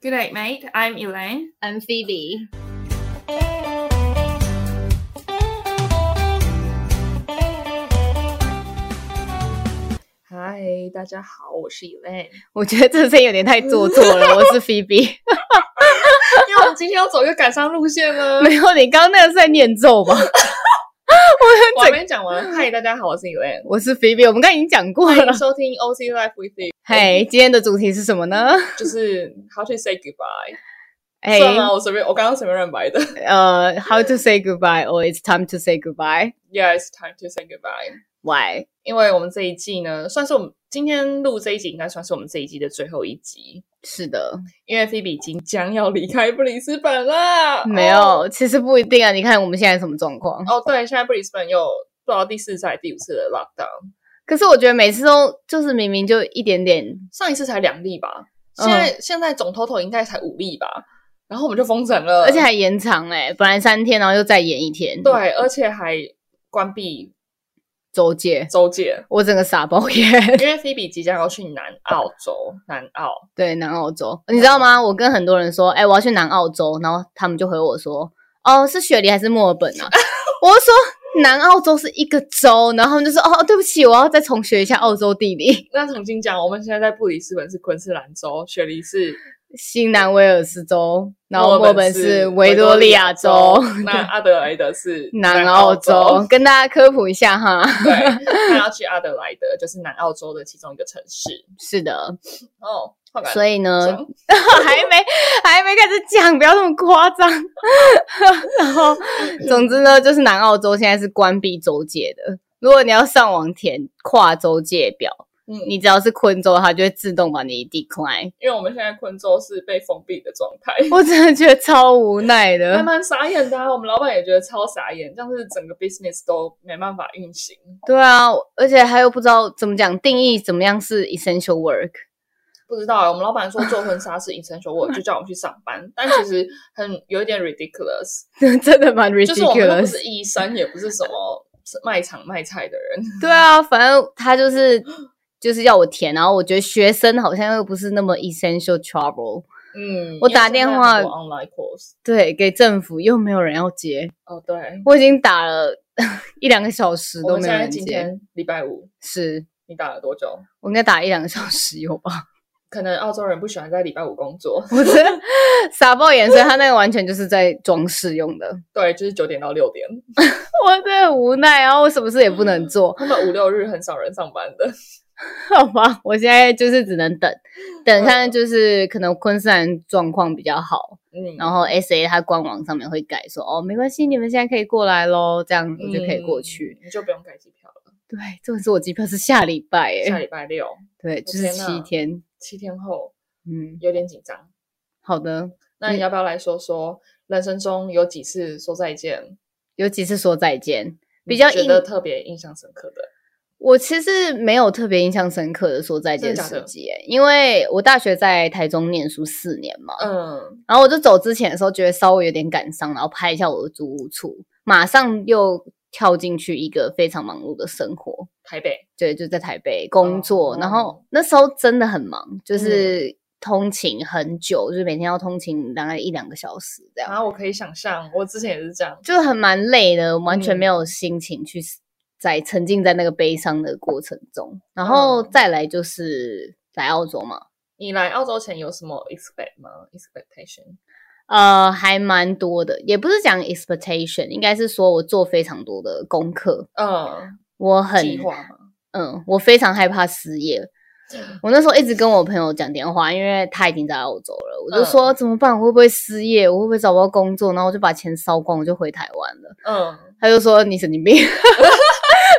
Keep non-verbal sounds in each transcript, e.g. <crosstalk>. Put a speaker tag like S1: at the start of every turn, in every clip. S1: Good night, mate. I'm Elaine.
S2: I'm Phoebe.
S1: Hi，大家好，我是
S2: <laughs>
S1: Elaine。
S2: 我觉得这声音有点太做作了。我是 Phoebe，
S1: 因为我们今天要走一个感伤路线呢。
S2: <laughs> 没有，你刚刚那个是在念咒吧？
S1: 我还没
S2: <laughs>
S1: 讲完。Hi，大家好，我是 Elaine。
S2: 我是 Phoebe，我们刚刚已经讲过
S1: 欢
S2: 了
S1: 迎。收听 OC Life with You，
S2: 嘿，今天的主题是什么呢？
S1: 就是 How to Say Goodbye。
S2: 哎，
S1: 算吗？我随便，我刚刚随便乱掰的。 <laughs>
S2: 呃，How to say goodbye or it's time to say goodbye?
S1: Yeah, it's time to say goodbye。
S2: Why?
S1: 因为我们这一季呢，算是我们今天录这一集，应该算是我们这一季的最后一集，
S2: 是的，
S1: 因为菲比已经将要离开布里斯本了。
S2: 没有，
S1: 哦
S2: 其实不一定啊。你看我们现在什么状况？
S1: 哦，对，现在布里斯本又做到第四次还是第五次的 lockdown，
S2: 可是我觉得每次都就是明明就一点点，
S1: 上一次才两例吧，
S2: 嗯
S1: 现在、现在总 total 应该才五例吧，然后我们就封城了，
S2: 而且还延长哎、本来三天，然后又再延一天。，
S1: 对，而且还关闭
S2: 周界，
S1: 州界，
S2: 我整个傻爆眼。
S1: 因为菲比即将要去南澳洲，南澳
S2: 对，南澳洲，你知道吗？我跟很多人说，哎、我要去南澳洲，然后他们就回我说，哦，是雪梨还是墨尔本啊？ <laughs> 我就说南澳洲是一个州，然后他们就说，哦，对不起，我要再重学一下澳洲地理。
S1: 那重新讲，我们现在在布里斯本是昆士兰州，雪梨是
S2: 新南威尔士州，然后墨
S1: 墨
S2: 尔
S1: 尔
S2: 本
S1: 本
S2: 是
S1: 是
S2: 维多利亚州、
S1: 那阿德莱德是
S2: 南澳
S1: 澳
S2: 洲。。跟大家科普一下哈，
S1: 对，那要去阿德莱德，就是南澳洲的其中一个城市。
S2: 是的，
S1: 哦，
S2: 所
S1: 以
S2: 以呢，还没还没开始讲，不要那么夸张。 <laughs> 然后，
S1: 嗯
S2: 总之呢，就是南澳洲现在是关闭州界的。如果你要上网填跨州界表，
S1: 嗯，
S2: 你只要是昆州，它就会自动把你 decline。
S1: 因为我们现在昆州是被封闭的状态，
S2: 我真的觉得超无奈
S1: 还
S2: 的。
S1: 蛮傻眼的、啊。我们老板也觉得超傻眼，但是整个 business 都没办法运行。
S2: 对啊，而且他又不知道怎么讲定义怎么样是 essential work。 <laughs>
S1: 不知道、啊，我们老板说做婚纱是 essential work，就叫我们去上班，但其实很有一点 ridiculous。
S2: <laughs> 真的蛮
S1: 就是我们又不
S2: ridiculous。
S1: 是医生，也不是什么卖场卖菜的人，
S2: 对啊，反正他就是就是要我填，然后我觉得学生好像又不是那么 essential trouble。
S1: 嗯，
S2: <laughs> 我打电话
S1: 因为现在很多 online calls，
S2: 对，给政府又没有人要接，
S1: 哦，对，
S2: 我已经打了一两个小时
S1: 我
S2: 都
S1: 们
S2: 没
S1: 现
S2: 有
S1: 在
S2: 人
S1: 今
S2: 接，
S1: 天礼拜五，
S2: 是
S1: 你打了多久？
S2: 我应该打一两个小时有吧？ <laughs>
S1: 可能澳洲人不喜欢在礼拜五工作，
S2: 我真的傻爆眼，所以他那个完全就是在装饰用的，
S1: 对，就是九点到六点，
S2: 我真的很无奈，然后我什么事也不能做， <laughs>
S1: 他们五六日很少人上班的。
S2: 好吧，我现在就是只能等，等看
S1: 嗯
S2: 就是可能昆士兰状况比较好，
S1: 嗯，
S2: 然后 S A 它官网上面会改说哦，没关系，你们现在可以过来喽，这样我就可以过去。
S1: 嗯，你就不用改机票了。
S2: 对，这点是我机票是下礼拜
S1: 下
S2: 哎，
S1: 礼拜六
S2: 对，就是
S1: 天
S2: 七
S1: 哪
S2: 天。
S1: 七天后
S2: 嗯，
S1: 有点紧张，
S2: 好的，
S1: 那
S2: 嗯
S1: 你要不要来说说人生中有几次说再见？
S2: 有几次说再见，比较
S1: 你觉
S2: 印
S1: 得特别印象深刻的，
S2: 我其实没有特别印象深刻的说再见
S1: 真的假
S2: 时
S1: 的
S2: 机欸，因为我大学在台中念书四年嘛，
S1: 嗯，
S2: 然后我就走之前的时候觉得稍微有点感伤，然后拍一下我的租屋处，马上又跳进去一个非常忙碌的生活。
S1: 台北，
S2: 对，就在台北工作，然
S1: 哦嗯
S2: 后那时候真的很忙，就是通勤很久，就是每天要通勤大概一两个小时这样，
S1: 然后我可以想象，我之前也是这样，
S2: 就很蛮累的，完全没
S1: 嗯
S2: 有心情去 s- 在沉浸在那个悲伤的过程中。然后
S1: 嗯
S2: 再来就是来澳洲嘛，
S1: 你来澳洲前有什么 expect 吗？expectation？
S2: 呃，还蛮多的，也不是讲 expectation，应该是说我做非常多的功课，
S1: 嗯，
S2: 我很
S1: 计划吗？
S2: 嗯，我非常害怕失业。我那时候一直跟我朋友讲电话，因为他已经在澳洲了，
S1: 嗯
S2: 我就说、怎么办？我会不会失业？我会不会找不到工作？然后我就把钱烧光，我就回台湾了。
S1: 嗯，
S2: 他就说你神经病， <laughs>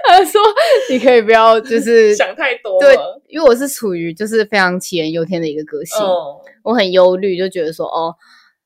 S2: 他就说你可以不要就是
S1: 想太多
S2: 对
S1: 了。，
S2: 因为我是处于就是非常杞人忧天的一个个性，
S1: 嗯，
S2: 我很忧虑，就觉得说哦。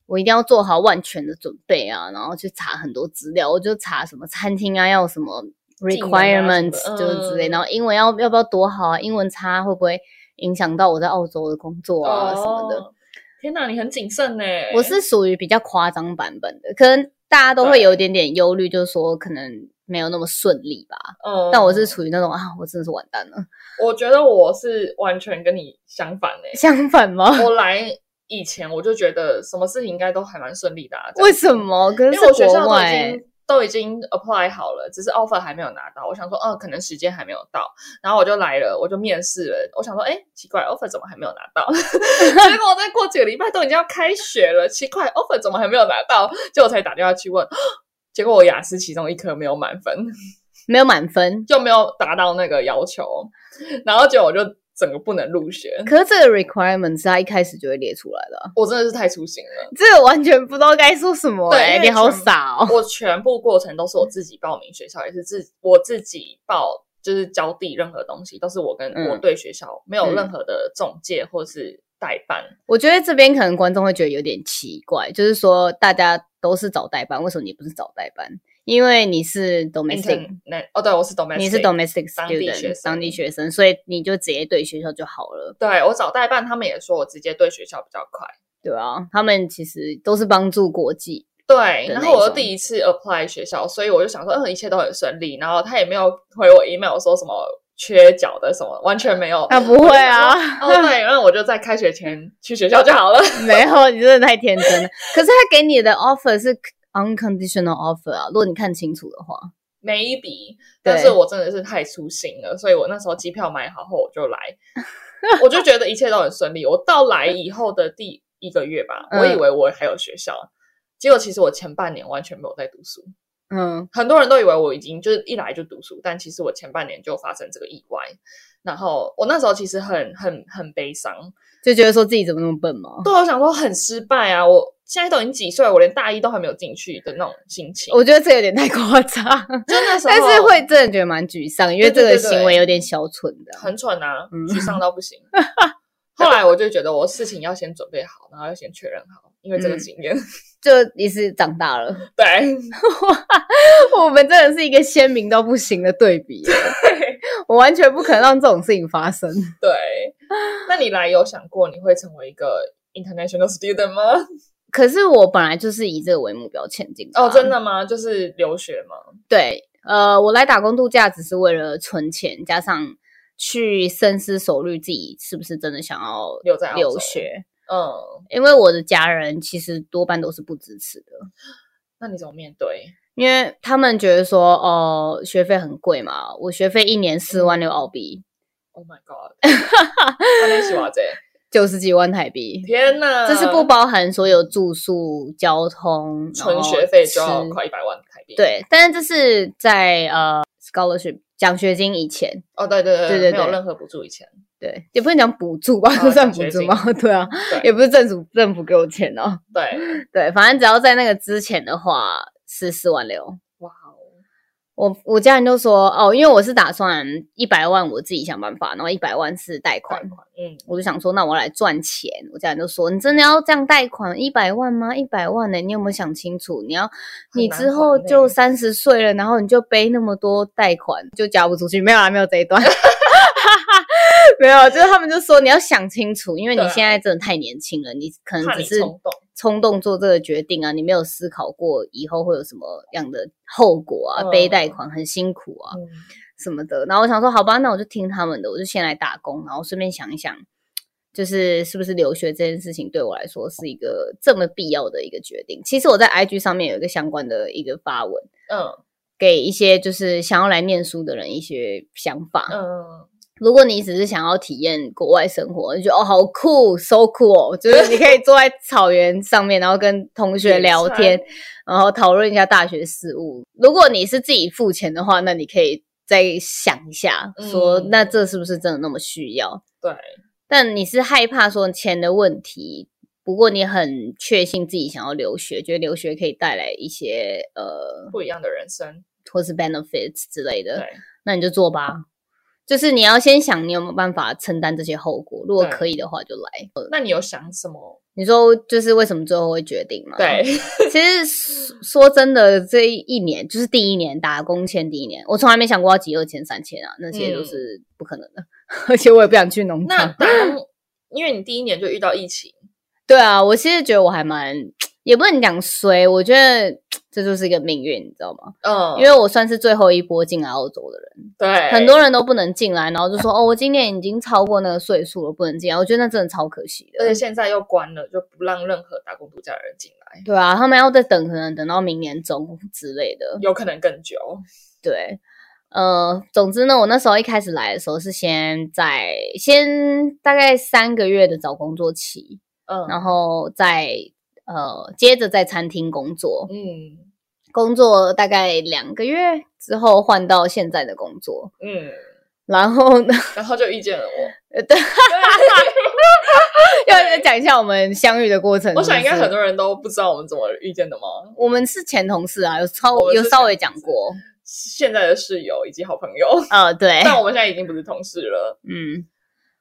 S2: 我一定要做好万全的准备啊，然后去查很多资料，我就查什么餐厅啊，要有什么
S1: 技能啊什么的
S2: requirements、就是之类，
S1: 嗯
S2: 然后英文要要不要多好啊，英文差会不会影响到我在澳洲的工作啊、什么的。
S1: 哦。天哪，你很谨慎呢。
S2: 我是属于比较夸张版本的，可能大家都会
S1: 对
S2: 有一点点忧虑，就是说可能没有那么顺利吧。
S1: 嗯，
S2: 但我是，处于那种啊，我真的是完蛋了， <laughs>
S1: 我觉得我是完全跟你相反呢。
S2: 相反吗？
S1: 我来以前我就觉得什么事情应该都还蛮顺利的、啊。这样
S2: 为什么？可
S1: 因
S2: 是
S1: 为我学
S2: 是
S1: 校
S2: 国
S1: 都已
S2: 外欸，
S1: 经都已经 apply 好了，只是 offer 还没有拿到。我想说，嗯，可能时间还没有到，然后我就来了，我就面试了。我想说，哎，奇怪，offer 怎么还没有拿到？ <laughs> 结果再过几个礼拜都已经要开学了，奇怪，offer 怎么还没有拿到？结果我才打电话去问， <gasps> 结果我雅思其中一科没有满分，
S2: 没有满分。
S1: 就没有达到那个要求，然后结果我就整个不能入学。
S2: 可是这个 requirement 是他一开始就会列出来的啊，
S1: 我真的是太粗心了，
S2: 这个完全不知道该说什么、
S1: 对
S2: 欸。
S1: 因为
S2: 你好
S1: 全
S2: 傻哦。
S1: 我全部过程都是我自己报名学校，也是自我自己报，就是交地任何东西都是我跟、
S2: 嗯
S1: 我对学校没有
S2: 嗯
S1: 任何的中介或是代办。
S2: 我觉得这边可能观众会觉得有点奇怪，就是说大家都是找代办，为什么你不是找代办？因为你是 domestic，
S1: intern 那哦，对，我是 domestic，
S2: 你是 domestic
S1: 当地
S2: student，
S1: 学生
S2: 当地学生，所以你就直接对学校就好了，
S1: 对我找代办，他们也说我直接对学校比较快。
S2: 对啊，他们其实都是帮助国际，
S1: 对，
S2: 的
S1: 然
S2: 那
S1: 后我
S2: 一
S1: 又
S2: 种
S1: 第一次 apply 学校，所以我就想说，嗯，一切都很顺利。然后他也没有回我 email 说什么缺角的什么，完全没有。
S2: 啊不会啊
S1: 我就想说 <laughs> 哦对，然后我就在开学前去学校就好了。 <laughs>
S2: <laughs> 没有，你真的太天真了。可是他给你的 offer 是 unconditional offer 啊，如果你看清楚的话，
S1: maybe，
S2: 对
S1: 但是我真的是太粗心了，所以我那时候机票买好后我就来， <laughs> 我就觉得一切都很顺利。我到来以后的第一个月吧，
S2: 嗯
S1: 我以为我还有学校，结果其实我前半年完全没有在读书。
S2: 嗯，
S1: 很多人都以为我已经就是一来就读书，但其实我前半年就发生这个意外。然后我那时候其实很很很悲伤，
S2: 就觉得说自己怎么那么笨嘛。
S1: 对我想说很失败啊！我现在都已经几岁了，我连大一都还没有进去的那种心情。
S2: 我觉得这有点太
S1: <laughs>
S2: 夸张，
S1: 就那时候
S2: 但是会真的觉得蛮沮丧，因为
S1: 对
S2: 这
S1: 对
S2: 个
S1: 对对
S2: 行为有点小蠢的。
S1: 很蠢啊，
S2: 嗯
S1: 沮丧到不
S2: <laughs>
S1: 行。后来我就觉得我事情要先准备好，然后要先确认好，因为这个经验。
S2: 就也是长大了。
S1: <laughs> 对，
S2: 我们真的是一个鲜明到不行的对
S1: <laughs>
S2: 比耶，我完全不可能让这种事情发生。
S1: 对。那你来有想过你会成为一个 international student 吗？
S2: <laughs> 可是我本来就是以这个为目标前进的啊
S1: 哦，真的吗？就是留学吗？
S2: 对，呃，我来打工度假只是为了存钱，加上去深思熟虑自己是不是真的想要
S1: 留在澳洲
S2: 留学，
S1: 嗯，
S2: 因为我的家人其实多半都是不支持的。
S1: 那你怎么面对？
S2: 因为他们觉得说，哦，学费很贵嘛，我学费一年四万
S1: 嗯
S2: 六澳币，
S1: Oh my
S2: <laughs>
S1: god！那喜欢这
S2: 九十几万台币，
S1: 天啊哪，
S2: 这是不包含所有住宿、交通、
S1: 纯
S2: 然后
S1: 学费就要
S2: 吃
S1: 快一百万台币。，
S2: 对，但是这是在呃 scholarship 奖学金以前，
S1: 哦，对对对
S2: 对对
S1: 没有
S2: 对
S1: 任何补助以前。
S2: 对，也不能讲补助吧，
S1: 哦
S2: 这算
S1: 奖学
S2: 补助吗？ <laughs> 对啊，也
S1: 对
S2: 不是政府政府给我钱哦。
S1: 对，
S2: 对，反正只要在那个之前的话是四万六。
S1: 哇哦，
S2: 我我家人就说哦，因为我是打算一百万我自己想办法，然后一百万是贷
S1: 贷
S2: 款，
S1: 款，嗯，
S2: 我就想说，那我来赚钱。我家人就说，你真的要这样贷款一百万吗？一百万呢、你有没有想清楚？你要你
S1: 难
S2: 之
S1: 还
S2: 后
S1: 嘞
S2: 就三十岁了，然后你就背那么多贷款，就嫁不出去。没有啦，没有这
S1: <laughs>
S2: 一段。没有，就是他们就说你要想清楚，因为你
S1: 对啊
S2: 现在真的太年轻了，你可
S1: 怕
S2: 能
S1: 你
S2: 只是
S1: 冲动
S2: 冲动做这个决定啊，你没有思考过以后会有什么样的后果啊，背贷
S1: 嗯
S2: 款很辛苦啊，
S1: 嗯
S2: 什么的。然后我想说，好吧，那我就听他们的，我就先来打工，然后顺便想一想，就是是不是留学这件事情对我来说是一个这么必要的一个决定。其实我在 IG 上面有一个相关的一个发文，
S1: 嗯
S2: 给一些就是想要来念书的人一些想法。
S1: 嗯，
S2: 如果你只是想要体验国外生活，你觉得哦好酷，so cool，就是你可以坐在草原上面，然后跟同学
S1: 野
S2: 聊
S1: 餐
S2: 天，然后讨论一下大学事务。如果你是自己付钱的话，那你可以再想一下，说
S1: 嗯
S2: 那这是不是真的那么需要？
S1: 对，
S2: 但你是害怕说钱的问题，不过你很确信自己想要留学，觉得留学可以带来一些呃，
S1: 不一样的人生，
S2: 或是 benefits 之类的。
S1: 对，
S2: 那你就做吧。就是你要先想你有没有办法承担这些后果，如果
S1: 对
S2: 可以的话就来。呃
S1: 那你有想什么？
S2: 你说就是为什么最后会决定嘛？，
S1: 对，
S2: 其实说说真的，这一年就是第一年打工签第一年，我从来没想过要集二千、三千啊，那些都
S1: 嗯
S2: 是不可能的， <laughs> 而且我也不想去农
S1: 那
S2: 场。 <laughs>
S1: 打工，因为你第一年就遇到疫情，
S2: 对啊，我其实觉得我还蛮，也不能讲衰，我觉得这就是一个命运，你知道吗？
S1: 嗯，
S2: 因为我算是最后一波进来澳洲的人，
S1: 对
S2: 很多人都不能进来，然后就说哦，我今年已经超过那个岁数了，不能进来。我觉得那真的超可惜
S1: 而且
S2: 的。
S1: 现在又关了，就不让任何打工度假的人进来，
S2: 对啊，他们要再等，可能等到明年中之类的。
S1: 有可能更久。
S2: 对，呃，总之呢，我那时候一开始来的时候是先在先大概三个月的找工作期，
S1: 嗯
S2: 然后再呃接着在餐厅工作，
S1: 嗯
S2: 工作大概两个月之后换到现在的工作，
S1: 嗯，
S2: 然后呢， <laughs>
S1: 然后就遇见了我。
S2: 呃
S1: <laughs>
S2: 对，要讲一下我们相遇的过程
S1: 我想应该
S2: 是不是
S1: 很多人都不知道我们怎么遇见的吗？
S2: 我们是前同事啊，有
S1: 我
S2: 超
S1: 们
S2: 有
S1: 是
S2: 稍
S1: 前
S2: 微
S1: 同
S2: 讲
S1: 事
S2: 过，
S1: 现在的室友以及好朋友，
S2: 呃，对，
S1: 但我们现在已经不是同事了，
S2: 嗯，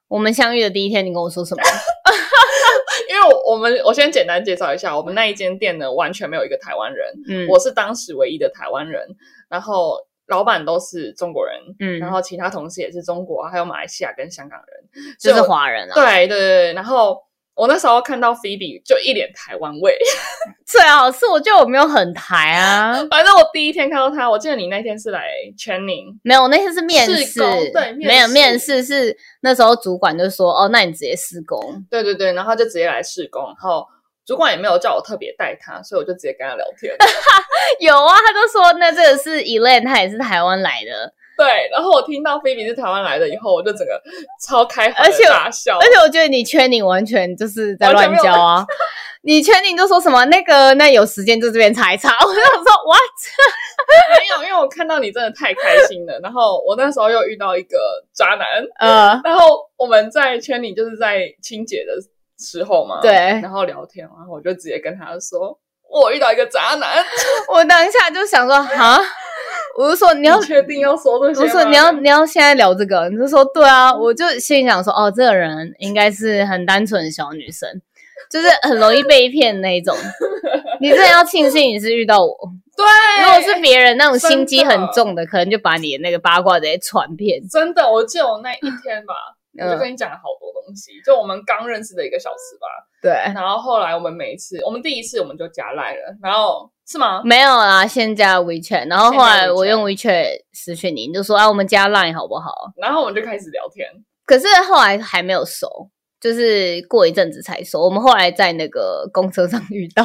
S2: 我们相遇的第一天，你跟我
S1: <laughs>
S2: 说什么？
S1: 因为我我们我先简单介绍一下，我们那一间店呢完全没有一个台湾人，
S2: 嗯，
S1: 我是当时唯一的台湾人，然后老板都是中国人，
S2: 嗯，
S1: 然后其他同事也是中国啊，还有马来西亚跟香港人，
S2: 就
S1: 所以
S2: 是
S1: 我
S2: 华人啊，
S1: 对对对对，然后我那时候看到 Phoebe 就一脸台湾味， <laughs>
S2: 最好是我觉得我没有很台
S1: <laughs>
S2: 啊，
S1: 反正我第一天看到她，我记得你那天是来 training，
S2: 没有，那天是面
S1: 试
S2: 试，
S1: 工对面
S2: 没有
S1: 试
S2: 面试是那时候主管就说，哦，那你直接施工，
S1: <laughs> 对对对，然后就直接来试工，然后主管也没有叫我特别带她，所以我就直接跟她聊天，
S2: 有啊，他就说那这个是 Elaine，他也是台湾来的，
S1: 对，然后我听到 Phoebe 是台湾来的以后，我就整个超开怀
S2: 而且
S1: 的大笑
S2: 而，且我觉得你圈你完全就是在
S1: 完
S2: 乱
S1: 全没有
S2: 教啊。
S1: <laughs>
S2: 你圈你就说什么那个那有时间就这边查一查， <laughs> 我就想说哇，
S1: 没有，因为我看到你真的太开心了，然后我那时候又遇到一个渣男，
S2: 呃，
S1: 然后我们在圈里就是在清洁的时候嘛，
S2: 对
S1: 然后聊天，然后我就直接跟他说，我遇到一个渣男，
S2: 我当下就想说哈，我就说你
S1: 你
S2: 要
S1: 确定要说这些
S2: 不
S1: 吗？
S2: 是你要你要现在聊这个，你就说对啊，我就心里想说，哦，这个人应该是很单纯的小女生，就是很容易被骗那一种。你真的要庆幸你是遇到我，
S1: <laughs> 对，
S2: 如果是别人那种
S1: 真的
S2: 心机很重的，可能就把你的那个八卦直接传遍。
S1: 真的，我记得我那一天
S2: <laughs>
S1: 吧，我就
S2: 嗯，
S1: 跟你讲了好多东西，就我们刚认识的一个小时吧，
S2: 对，
S1: 然后后来我们每一次，我们第一次我们就加赖了，然后是吗？
S2: 没有啦，先加 WeChat，然后后
S1: 先
S2: 来
S1: 加 WeChat
S2: 我用 WeChat 私讯你，你就说啊，我们加 Line 好不好？
S1: 然后我们就开始聊天，
S2: 可是后来还没有熟。就是过一阵子才熟，我们后来在那个公车上 <laughs> 遇到，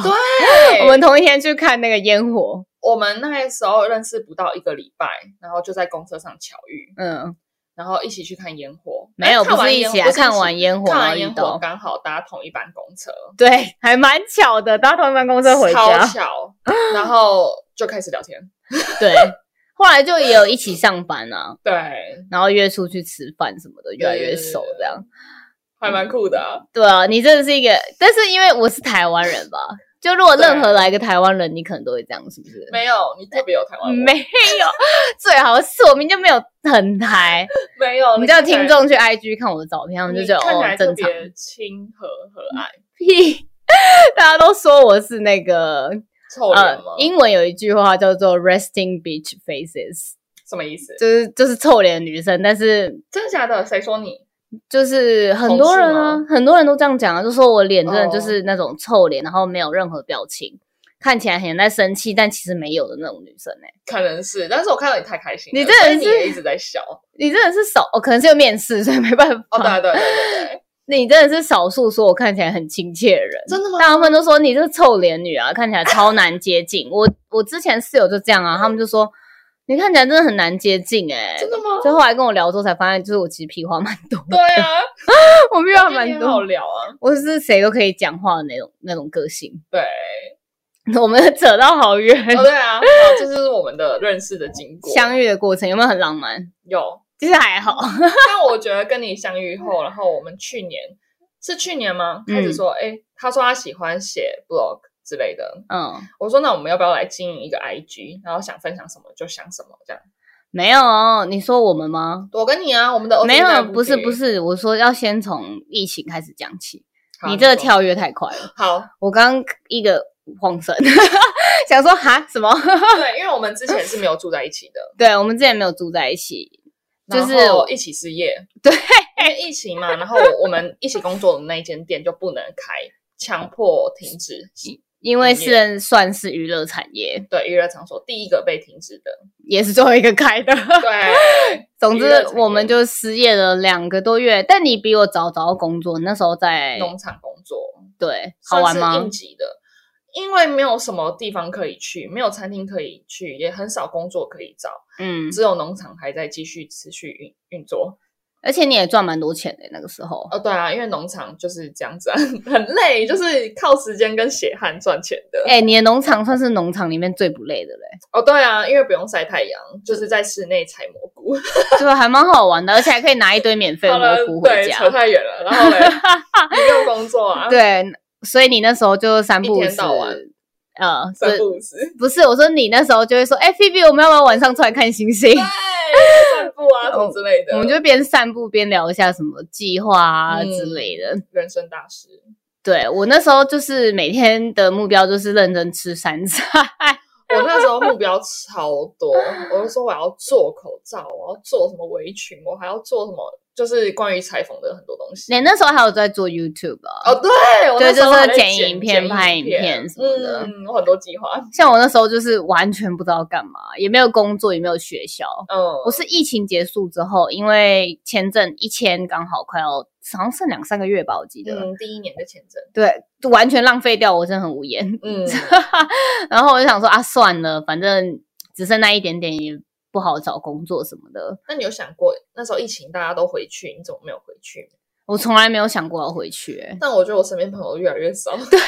S2: 我们同一天去看那个烟火，
S1: 我们那时候认识不到一个礼拜，然后就在公车上巧遇，
S2: 嗯，
S1: 然后一起去看烟火。
S2: 没有，
S1: 哎看
S2: 不
S1: 完
S2: 是一
S1: 烟
S2: 起
S1: 不
S2: 啊，
S1: 是
S2: 看完烟火
S1: 看
S2: 然后
S1: 完
S2: 遇
S1: 烟火
S2: 到，
S1: 刚好搭同一班公车，
S2: 对，还蛮巧的，搭同一班公车回
S1: 超
S2: 家，
S1: 巧，然后就开始聊天。
S2: 对。后来就也有一起上班啊，
S1: 对，
S2: 然后约出去吃饭什么的，越来
S1: 对
S2: 越
S1: 对对
S2: 熟
S1: 对
S2: 这样。
S1: 还蛮酷的啊、
S2: 对啊，你真的是一个，但是因为我是台湾人吧，就如果任何来一个台湾人，你可能都会这样，是不是？
S1: 没有，你特别有台湾味，
S2: 没有， <laughs> 最好是我明明就没有很台，
S1: 没有，
S2: 你叫
S1: 看起来
S2: 听，众去 IG 看我的照片，他们就
S1: 你
S2: 觉得
S1: 看起
S2: 哦
S1: 来特
S2: 正常。
S1: 别亲和和蔼，
S2: 屁，大家都说我是那个
S1: 臭
S2: 呃
S1: 脸吗，？
S2: 英文有一句话叫做 “resting beach faces”，
S1: 什么意思？
S2: 就是就是臭脸的女生，但是
S1: 真的假的？谁说你？
S2: 就是很多人
S1: 同
S2: 啊，很多人都这样讲啊，就说我脸真的
S1: 哦
S2: 就是那种臭脸，然后没有任何表情。看起来很像在生气，但其实没有的那种女生哎、
S1: 可能是，但是我看到你太开心了，
S2: 你真的
S1: 所以你
S2: 是
S1: 也一直在笑。
S2: 你真的是少，哦、可能是有面试，所以没办法。
S1: 哦，对对对对
S2: <laughs>
S1: 对，
S2: 你真的是少数说我看起来很亲切的人，
S1: 真的吗？
S2: 大部分都说你这个臭脸女啊，看起来超难接近。我我之前室友就这样啊，他们就说你看起来真的很难接近哎、
S1: 嗯真的吗？
S2: 所以后来跟我聊之后才发现，就是我其实屁话蛮
S1: <laughs>
S2: 多， <laughs>
S1: 对啊，
S2: 我屁话
S1: 今天
S2: 蛮
S1: 好
S2: 多，
S1: 聊啊。
S2: 我是谁都可以讲话的那种那种个性。
S1: 对，
S2: 我们扯到好
S1: <laughs>
S2: 远，
S1: 哦对啊，好，这就是我们的认识的经过。
S2: 相遇的过程有没有很浪漫？
S1: 有，
S2: 其实
S1: <laughs>
S2: 还好，
S1: 但我觉得跟你相遇后，然后我们去年是去年吗？开
S2: 嗯
S1: 始说，哎、他说他喜欢写 blog 之类的。
S2: 嗯，
S1: 我说那我们要不要来经营一个 IG，然后想分享什么就想什么这样。
S2: 没有哦，你说我们吗？
S1: 我跟你啊，我们的 OG
S2: 没有
S1: 在，
S2: 不是
S1: 提
S2: 不，是，我说要先从疫情开始讲起。
S1: 好
S2: 你这个
S1: 说
S2: 跳跃太快了，
S1: 好，
S2: 我刚刚一个晃神， <laughs> 想说哈什么？ <laughs>
S1: 对，因为我们之前是没有住在一起的，
S2: 对，我们之前没有住在一起，就是
S1: 然后一起失业，
S2: <laughs> 对，
S1: 因为疫情嘛，然后我们一起工作的那一间店就不能开，强迫停止
S2: 因为
S1: 里面
S2: 是算是娱乐产业，
S1: 对娱乐场所第一个被停
S2: <laughs>
S1: 止的，
S2: 也是最后一个开的。 <laughs>
S1: 对，
S2: 总
S1: 娱乐
S2: 之
S1: 产，业
S2: 我们就失业了两个多月。但你比我早找到工作，你那时候在
S1: 农场工作
S2: 对好
S1: 算
S2: 玩
S1: 是
S2: 吗
S1: 应？急的，因为没有什么地方可以去，没有餐厅可以去，也很少工作可以找，
S2: 嗯，
S1: 只有农场还在继续持续运运作。
S2: 而且你也赚蛮多钱的那个时候。
S1: 哦，对啊，因为农场就是这样子、啊， <laughs> 很累，就是靠时间跟血汗赚钱的。
S2: 哎、你的农场算是农场里面最不累的嘞，
S1: 哦，对啊，因为不用晒太阳，就是在室内采蘑菇。
S2: 对，还蛮好玩的，而且还可以拿一堆免费
S1: 好
S2: 的
S1: 了
S2: 蘑菇，回
S1: 对，
S2: 家
S1: 扯。太远了。然后
S2: <laughs>
S1: 嘞，你又工作啊？，
S2: 对，所以你那时候就三不
S1: 一
S2: 五时
S1: 天到晚，
S2: 呃，
S1: 三
S2: 不
S1: 不五时。
S2: 不是，我说你那时候就会说，哎、菲 p h o e b e 我们要不要晚上出来看星星？
S1: 啊对，散步啊什么之类的，
S2: <laughs> 我们就边散步边聊一下什么计划啊之
S1: 嗯
S2: 类的。
S1: 人生大事。
S2: 对我那时候就是每天的目标就是认真吃山菜， <laughs>
S1: 我那时候目标超多，我就说我要做口罩，我要做什么围裙，我还要做什么，就是关于裁缝的很多东西。
S2: 你那时候还有在做 YouTube 啊。
S1: 哦，对，我
S2: 对
S1: 那时候
S2: 就是
S1: 还在
S2: 剪
S1: 剪
S2: 影片
S1: 剪
S2: 拍影
S1: 片
S2: 片什么的
S1: 嗯，我很多计划。
S2: 像我那时候就是完全不知道干嘛，也没有工作，也没有学校。
S1: 嗯，
S2: 我是疫情结束之后，因为签证一签刚好快要，好像剩两三个月吧，我记得。
S1: 嗯第一年的签证，
S2: 对，就完全浪费掉，我真的很无言。 <laughs>
S1: 嗯，
S2: 然后我就想说啊，算了，反正只剩那一点点，也不好找工作什么的。
S1: 那你有想过那时候疫情大家都回去，你怎么没有回去？
S2: 我从来没有想过要回去、欸
S1: 但我觉得我身边朋友越来越
S2: <laughs>
S1: 少。对，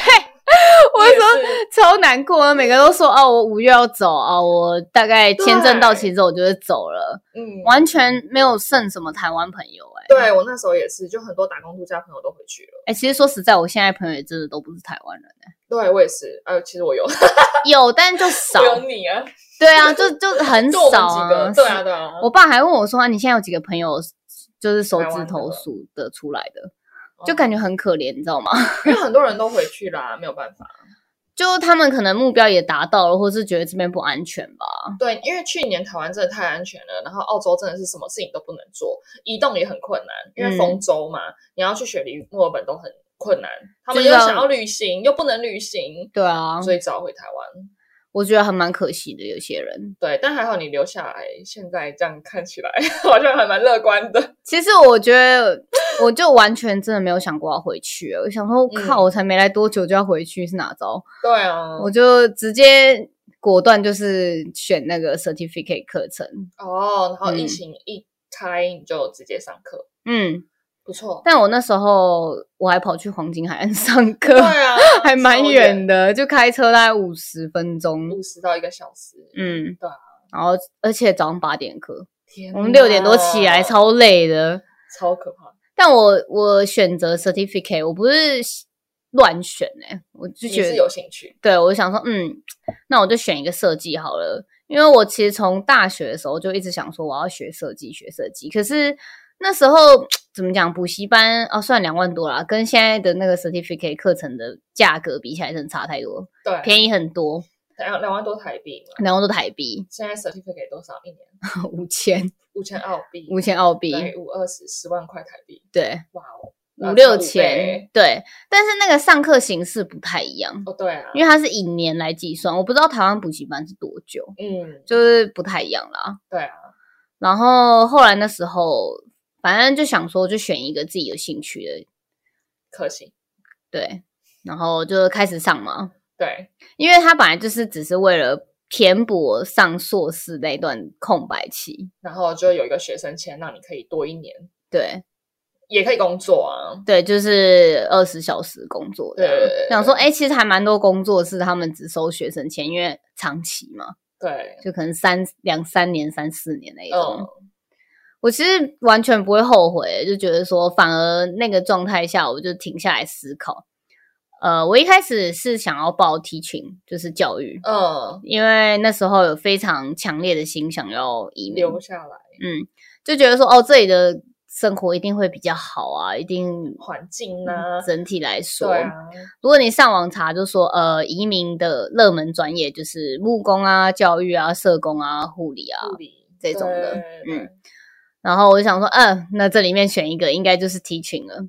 S2: 我
S1: 也
S2: 说
S1: 是
S2: <laughs> 超难过，每个都说哦，我五月要走啊、我大概签证到
S1: 对
S2: 期之后我就会走了，
S1: 嗯，
S2: 完全没有剩什么台湾朋友哎、
S1: 对我那时候也是，就很多打工度假朋友都回去了。
S2: 哎、其实说实在，我现在朋友也真的都不是台湾人，
S1: 对我也是，哎，其实我有，
S2: 有但就少
S1: 我， <laughs> 有你啊，
S2: 对啊，就就很
S1: 就我
S2: 少
S1: 们几个
S2: 啊。，
S1: 对啊，对啊，
S2: 我爸还问我说、啊、你现在有几个朋友就是手
S1: 台
S2: 指
S1: 湾
S2: 头
S1: 的
S2: 数得出来的，就感
S1: 觉，
S2: 觉很可怜，你知道吗？
S1: 因为很多人都回去啦，没有办法。
S2: 就他们可能目标也达到了，或是觉得这边不安全吧。
S1: 对，因为去年台湾真的太安全了，然后澳洲真的是什么事情都不能做，移动也很困难，因为
S2: 嗯
S1: 封州嘛，你要去雪梨、墨尔本都很困难。他们
S2: 就
S1: 又
S2: 是要
S1: 想要旅行，又不能旅行，
S2: 对啊，
S1: 所以只好回台湾。
S2: 我觉得还蛮可惜的，有些人。
S1: 对，但还好你留下来，现在这样看起来 <laughs> 好像还蛮乐观的。
S2: <laughs> 其实我觉得，我就完全真的没有想过要回去。我想说，
S1: 嗯
S2: 靠，我才没来多久就要回去，是哪招？
S1: 对啊，
S2: 我就直接果断就是选那个 certificate 课程。
S1: 哦，然后疫
S2: 嗯
S1: 情一开你就直接上课，
S2: 嗯，
S1: 不错。
S2: 但我那时候我还跑去黄金海岸上
S1: 对
S2: 课，，
S1: 啊
S2: <laughs> 还蛮
S1: 超
S2: 远，的，就开车大概五十分钟。
S1: 五十到一个小时。
S2: 嗯，
S1: 对啊
S2: 然后，而且早上八点课，
S1: 天哪，
S2: 我们六点多起来，超累的。
S1: 超可怕。
S2: 但我我选择 certificate，我不是乱选哎、我就
S1: 你
S2: 觉
S1: 是
S2: 得
S1: 有兴趣？
S2: 对我就想说，嗯，那我就选一个设计好了，因为我其实从大学的时候就一直想说我要学设计，学设计。可是那时候怎么讲，补习班哦，算两万多啦，跟现在的那个 certificate 课程的价格比起来，真的差太多，
S1: 对，
S2: 便宜很多，
S1: 两两万多台币嘛，
S2: 两万多台币，
S1: 现在 certificate 多少一年？
S2: 五千
S1: 五千澳币，
S2: 五千澳币，
S1: 等于五二十十万块台币，
S2: 对，
S1: 哇哦，
S2: 五
S1: 啊
S2: 六
S1: 差五
S2: 千
S1: 倍，
S2: 对。但是那个上课形式不太一样，
S1: 哦对啊，
S2: 因为它是以年来计算，我不知道台湾补习班是多久，
S1: 嗯，
S2: 就是不太一样啦。
S1: 对啊，
S2: 然后后来那时候，反正就想说就选一个自己有兴趣的，
S1: 可惜，
S2: 对，然后就开始上嘛，
S1: 对，
S2: 因为它本来就是只是为了填补我上硕士那段空白期，
S1: 然后就有一个学生签，让你可以多一年，
S2: 对
S1: 也可以工作啊，
S2: 对，就是二十小时工作这样
S1: 对对对对
S2: 想说，哎、其实还蛮多工作是他们只收学生钱，因为长期嘛，
S1: 对，
S2: 就可能三两三年、三四年那一种。
S1: 嗯，
S2: 我其实完全不会后悔，就觉得说，反而那个状态下，我就停下来思考。呃，我一开始是想要报 teaching，就是教育，
S1: 嗯，
S2: 因为那时候有非常强烈的心想要移民，
S1: 留下来
S2: 嗯，就觉得说，哦，这里的生活一定会比较好啊，一定
S1: 环境啊，
S2: 嗯整体来说，
S1: 对啊，
S2: 如果你上网查，就说呃，移民的热门专业就是木工啊、教育啊、社工啊、护理啊，
S1: 护理
S2: 这种的
S1: 对
S2: 嗯
S1: 对
S2: 然后我就想说，嗯、那这里面选一个应该就是 teaching 了。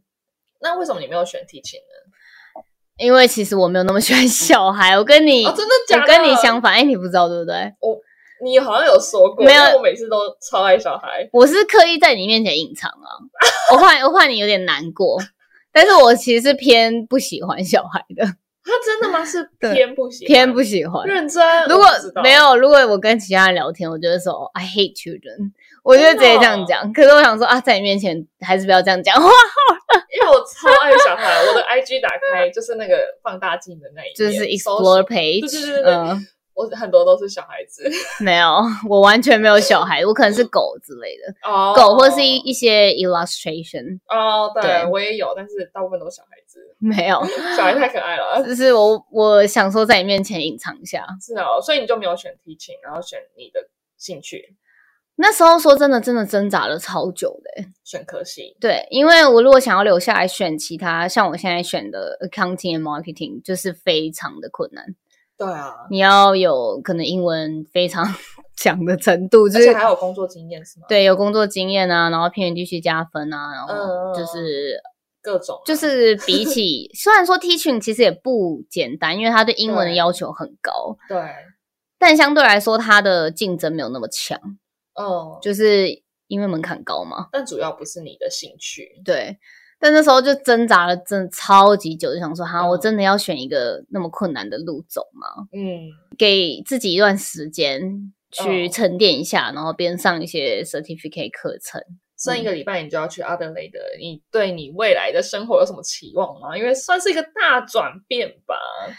S1: 那为什么你没有选提琴呢？
S2: 因为其实我没有那么喜欢小孩，我跟你，
S1: <laughs> 哦，真的假的？
S2: 我跟你相反，哎、你不知道对不对？
S1: 你好像有说过，
S2: 没有
S1: 因为我每次都超爱小孩。
S2: 我是刻意在你面前隐藏啊，
S1: <laughs>
S2: 我怕我怕你有点难过，但是我其实是偏不喜欢小孩的，
S1: 他真的吗？是
S2: <laughs> 对
S1: 偏不喜欢，
S2: 偏不喜欢。
S1: 认真。 <laughs>
S2: 如果
S1: 我不知道
S2: 没，有，如果我跟其他人聊天，我就会说、哦 I hate children，我 <laughs> 就会
S1: 哦
S2: 直接这样讲。可是我想说啊，在你面前还是不要这样讲
S1: <laughs>
S2: 话，
S1: 因为我超爱小孩，啊我的 IG 打开就是那个放大镜的那一页，
S2: 就是
S1: 搜
S2: explore
S1: <laughs> 对对
S2: page，
S1: 对对对
S2: 嗯，
S1: 我很多都是小孩子
S2: 没有，我完全没有小孩，我可能是狗之类的，
S1: 哦，
S2: <laughs> 狗或是一一些 illustration，
S1: 哦，对
S2: 对
S1: 我也有，但是大部分都是小孩子， <gasps>
S2: 没有，
S1: 小孩太可爱了。 <laughs>
S2: 就是我我想说在你面前隐藏一下。
S1: 是哦，所以你就没有选 teaching，然后选你的兴趣，
S2: 那时候说真的，真的挣扎了超久的欸、
S1: 选科系。
S2: 对，因为我如果想要留下来选其他，像我现在选的 accounting and marketing，就是非常的困难。
S1: 对啊，
S2: 你要有可能英文非常 <laughs> 强的程度，就
S1: 而且
S2: 是
S1: 还有工作经验是吗？，
S2: 对有工作经验啊，然后偏远地区加分啊，然
S1: 嗯嗯
S2: 后就是、
S1: 各种啊
S2: 就是
S1: <laughs>
S2: 是比起虽然说 teaching 其实也不简单，因为它对英文的
S1: 对
S2: 要求很高，
S1: 对，
S2: 但相对来说它的竞争没有那么强，
S1: 嗯，
S2: 就是因为门槛高嘛。
S1: 但主要不是你的兴趣。
S2: 对，但那时候就挣扎了，真的超级久，就想说哈，我
S1: 嗯
S2: 真的要选一个那么困难的路走吗？
S1: 嗯，
S2: 给自己一段时间去
S1: 嗯
S2: 沉淀一下，然后边上一些 certificate 课程。
S1: 剩一个礼拜你就要去阿德雷德，你对你未来的生活有什么期望吗？因为算是一个大转变吧。
S2: 嗯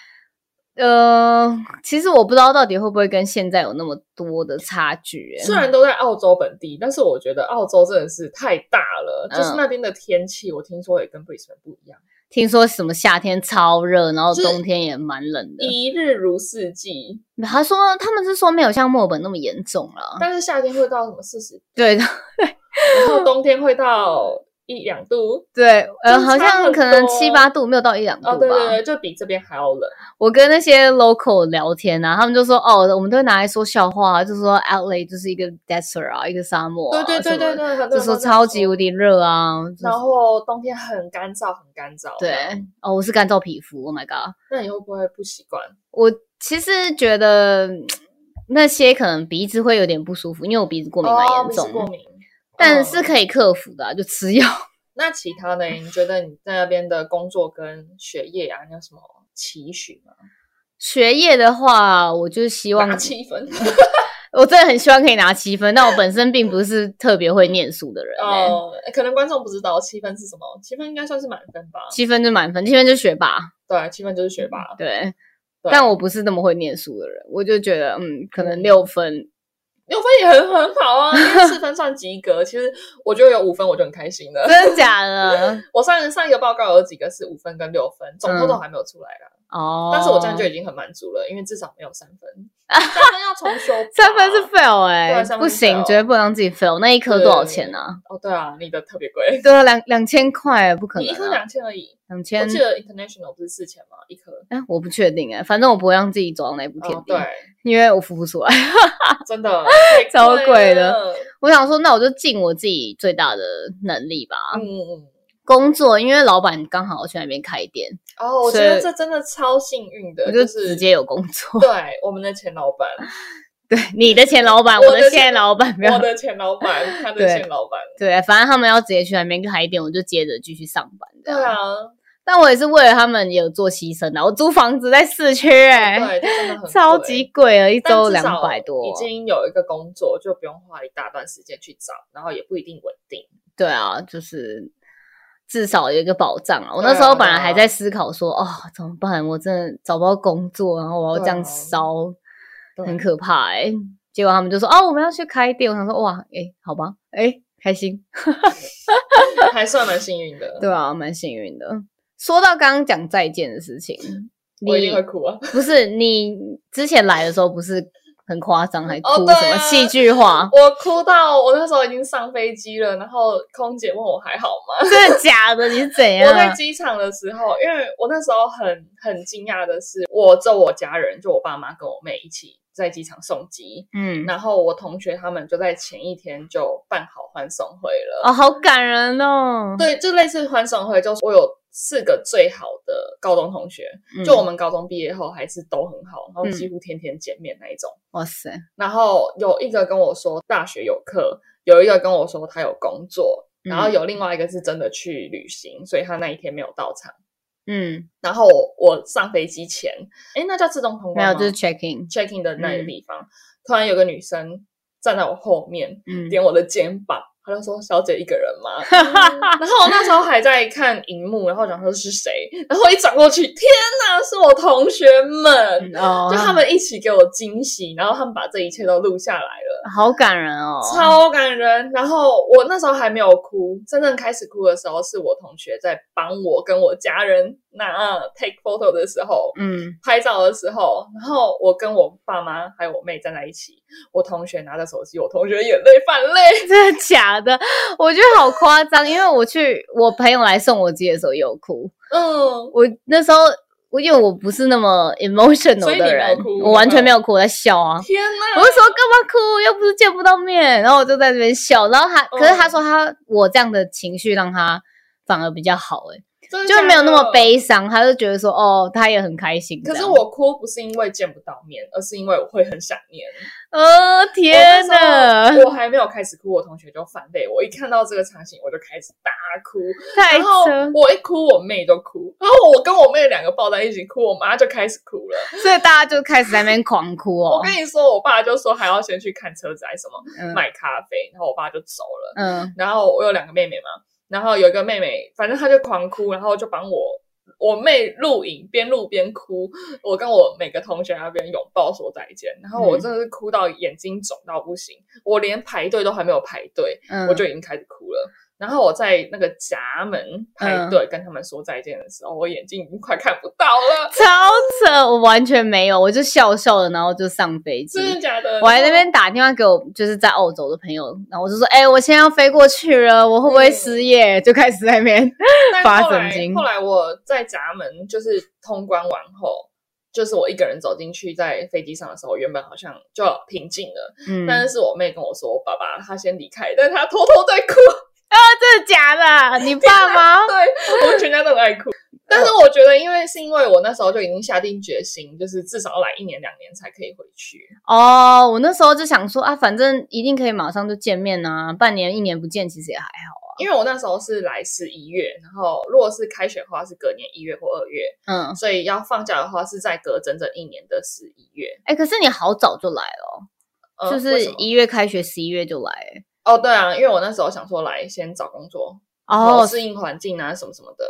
S2: 呃，其实我不知道到底会不会跟现在有那么多的差距、欸。
S1: 虽然都在澳洲本地，但是我觉得澳洲真的是太大了，就是
S2: 嗯
S1: 那边的天气，我听说也跟 Brisbane 不一样，
S2: 听说什么夏天超热，然后
S1: 就是
S2: 冬天也蛮冷的。
S1: 一日如四季，
S2: 他说他们是说没有像墨尔本那么严重了。
S1: 但是夏天会到什么四十
S2: <laughs> 对的，
S1: 然后冬天会到一两度。
S2: 对，呃，
S1: 真的
S2: 好
S1: 差
S2: 像
S1: 很
S2: 可能
S1: 多
S2: 七八度，没有到一两度吧。
S1: 哦，对对对，就比这边还要冷。
S2: 我跟那些 local 聊天啊，他们就说哦，我们都会拿来说笑话、啊，就说 LA 就是一个 desert 啊，一个沙漠、啊，
S1: 对对对对，对，很多
S2: 就
S1: 人
S2: 说
S1: 都这
S2: 超
S1: 样
S2: 级无敌热啊，就是
S1: 然后冬天很干燥，很干燥。
S2: 对，哦，我是干燥皮肤，Oh my god，
S1: 那你会不会不习惯？
S2: 我其实觉得嗯那些可能鼻子会有点不舒服，因为我鼻子过敏蛮
S1: 哦，
S2: 严
S1: 鼻
S2: 重
S1: 子
S2: 的，
S1: 过敏。
S2: 但
S1: 嗯
S2: 是可以克服的啊、就吃药。 <laughs>
S1: 那其他呢？你觉得你在那边的工作跟学业啊，你有什么期许吗？
S2: 学业的话，我就希望
S1: 拿七
S2: <laughs>
S1: 分。
S2: 我真的很希望可以拿七分，但我本身并不是特别会念书的人、欸。
S1: 哦，可能观众不知道七分是什么，七分应该算是满分吧？
S2: 七分就满分，七分就学霸。
S1: 对，七分就是学霸。
S2: 对，
S1: 对
S2: 但我不是那么会念书的人，我就觉得嗯，可能
S1: 嗯
S2: 六分。
S1: 六分也很很好
S2: <laughs>
S1: 啊，因为四分算及格。其实我觉得有五分我就很开心了。
S2: 真的假的？ <laughs>
S1: 我上上一个报告有几个是五分跟六分，总
S2: 嗯
S1: total 还没有出来啦。
S2: 哦，
S1: 但是我这样就已经很满足了，因为至少没有三
S2: <laughs>
S1: 分，三分要重修吧。
S2: 三分是 fail 哎、
S1: 对啊三分是
S2: 不行，
S1: fail
S2: 绝对不能让自己 fail。那一科
S1: 对
S2: 多少钱啊？
S1: 哦，对啊，你的特别贵，
S2: 对啊，两两千块，不可
S1: 你一
S2: 能、
S1: 颗
S2: 啊，
S1: 两千而已。
S2: 两
S1: 我
S2: 千。
S1: 记得 international 不是四千吗？一颗。
S2: 哎，我不确定哎、反正我不会让自己走到那步田
S1: 哦，
S2: 地，
S1: 对，
S2: 因为我付不出来。 <laughs>
S1: 真的
S2: 超
S1: 太
S2: 贵的
S1: 了。
S2: 我想说，那我就尽我自己最大的能力吧。
S1: 嗯嗯。嗯
S2: 工作，因为老板刚好去那边开店，
S1: 哦，我觉
S2: 所以
S1: 得这真的超幸运的，
S2: 我就是啊直接有工作。 <laughs>
S1: 对我们的前老板，
S2: 对，你的前老
S1: <laughs>
S2: 板，
S1: 我
S2: 我
S1: 的
S2: 的
S1: 前
S2: 现老板，没有
S1: 我的前老板，他的
S2: 对
S1: 前老板，
S2: <laughs> 对，反正他们要直接去那边开店，我就接着继续上班。这
S1: 对
S2: 样，
S1: 啊，
S2: 但我也是为了他们有做牺牲啊的。我租房子在市区、欸，
S1: 对，这真的很贵
S2: 超级贵啊了，一
S1: 但
S2: 周
S1: 至
S2: 两
S1: 少
S2: 百多
S1: 已。经有一个工作，就不用花一大段时间去找，然后也不一定稳定。
S2: 对啊，就是至少有一个保障啊。我那
S1: 对啊
S2: 时候本来
S1: 对啊
S2: 还在思考说，哦，怎么办？我真的找不到工作，然后我要这样
S1: 对啊
S2: 烧，
S1: 对啊
S2: 很可怕哎、结果他们就说，哦，我们要去开店。我想说，哇，哎、好吧，哎、开心。
S1: 还算蛮幸运的。
S2: 对啊，蛮幸运的。说到刚刚讲再见的事情，
S1: 我一定
S2: 你
S1: 会哭啊！
S2: 不是你之前来的时候不是很夸张，还
S1: 哦
S2: 哭
S1: 对
S2: 什么
S1: 啊
S2: 戏剧化？ <laughs>
S1: 我哭到我那时候已经上飞机了，然后空姐问我还好吗？
S2: 真的假的？你是怎样
S1: 我在？机场的时候，因为我那时候很很惊讶的是，我只有我家人，就我爸妈跟我妹一起在机场送机，
S2: 嗯，
S1: 然后我同学他们就在前一天就办好欢送会了。
S2: 哦，好感人哦。
S1: 对，就类似欢送会，就是我有四个最好的高中同学，
S2: 嗯
S1: 就我们高中毕业后还是都很好，然后
S2: 嗯
S1: 几乎天天见面那一种。
S2: 哇塞，
S1: 然后有一个跟我说大学有课，有一个跟我说他有工作，
S2: 嗯
S1: 然后有另外一个是真的去旅行，所以他那一天没有到场。
S2: 嗯，
S1: 然后我我上飞机前，诶，那叫自动通关
S2: 没有，
S1: 吗
S2: 就是 check in，
S1: checking 的那个
S2: 嗯
S1: 地方，突然有个女生站在我后面，
S2: 嗯，
S1: 点我的肩膀，她就说：“小姐一个人吗？”
S2: <laughs>
S1: 嗯然后我那时候还在看荧幕，然后想说是谁，然后一转过去，天哪，是我同学们，
S2: 嗯哦
S1: 就他们一起给我惊喜，然后他们把这一切都录下来了。
S2: 好感人哦，
S1: 超感人。然后我那时候还没有哭，真正开始哭的时候是我同学在帮我跟我家人拿 take photo 的时候，
S2: 嗯， <laughs>
S1: 拍照的时候，然后我跟我爸妈还有我妹站在一起，我同学拿着手机，我同学眼泪泛泪。
S2: 真的假的？我觉得好夸张，因为我去我朋友来送我机的时候也有哭，
S1: 嗯，
S2: 我那时候我因为我不是
S1: <laughs>
S2: 那么
S1: 所
S2: emotional
S1: 以你没
S2: 的
S1: 有
S2: 人
S1: 哭，
S2: 我完全没有哭，我在
S1: <laughs>
S2: 笑啊。
S1: 天哪！
S2: 我就说干嘛哭，又不是见不到面，然后我就在那边笑，然后他，可是他
S1: 嗯
S2: 说他我这样的情绪让他反而比较好、欸，
S1: 真的
S2: 就
S1: 假
S2: 没有那么
S1: 的。
S2: 悲伤，他就觉得说哦，他也很开心这
S1: 可
S2: 样。
S1: 是我哭不是因为见不到面，而是因为我会很想念。
S2: 呃，天
S1: 我那
S2: 哪
S1: 时，候我还没有开始哭，我同学就翻泪。我一看到这个场景，我就开始大哭。
S2: 太
S1: 然后
S2: 扯！
S1: 我一哭，我妹都哭，然后我跟我妹两个抱在一起哭，我妈就开始哭了。
S2: 所以大家就开始在那边狂哭
S1: 我
S2: 哦。
S1: 跟你说，我爸就说还要先去看车子还是什么，
S2: 嗯
S1: 买咖啡，然后我爸就走了。
S2: 嗯
S1: 然后我有两个妹妹嘛，然后有一个妹妹，反正她就狂哭，然后就帮我我妹录影，边录边哭，我跟我每个同学那边拥抱说再见，然后我
S2: 嗯
S1: 真的是哭到眼睛肿到不行，我连排队都还没有排队，
S2: 嗯，
S1: 我就已经开始哭了。然后我在那个闸门
S2: 嗯
S1: 排队跟他们说再见的时候，我眼睛已经快看不到
S2: <laughs>
S1: 了，
S2: 超扯，我完全没有，我就笑笑的，然后就上飞机。
S1: 真的假的？
S2: 我还在那边打电话给我就是在澳洲的朋友，然后我就说，哎、我现在要飞过去了，我会不会失业？就开始在那边，
S1: <laughs> 但
S2: 发
S1: 后
S2: 神
S1: 来
S2: 经
S1: 后来我在闸门就是通关完后，就是我一个人走进去，在飞机上的时候，原本好像就平静了，
S2: 嗯，
S1: 但是是我妹跟我说，我爸爸他先离开，但他偷偷在哭，
S2: 真的假的？你爸妈？
S1: 对我们全家都很爱哭。但是我觉得，因为是因为我那时候就已经下定决心，就是至少要来一年两年才可以回去。
S2: 哦，我那时候就想说啊，反正一定可以马上就见面啊，半年一年不见其实也还好。
S1: 因为我那时候是来十一月，然后如果是开学的话是隔年一月或二月，
S2: 嗯，
S1: 所以要放假的话是在隔整整一年的十一月。
S2: 哎、可是你好早就来了
S1: 呃
S2: 哦，就
S1: 为
S2: 是
S1: 什么
S2: 一月开学，十一月就来、欸。
S1: 哦，对啊，因为我那时候想说来先找工作，然后
S2: 哦，
S1: 适应环境啊什么什么的。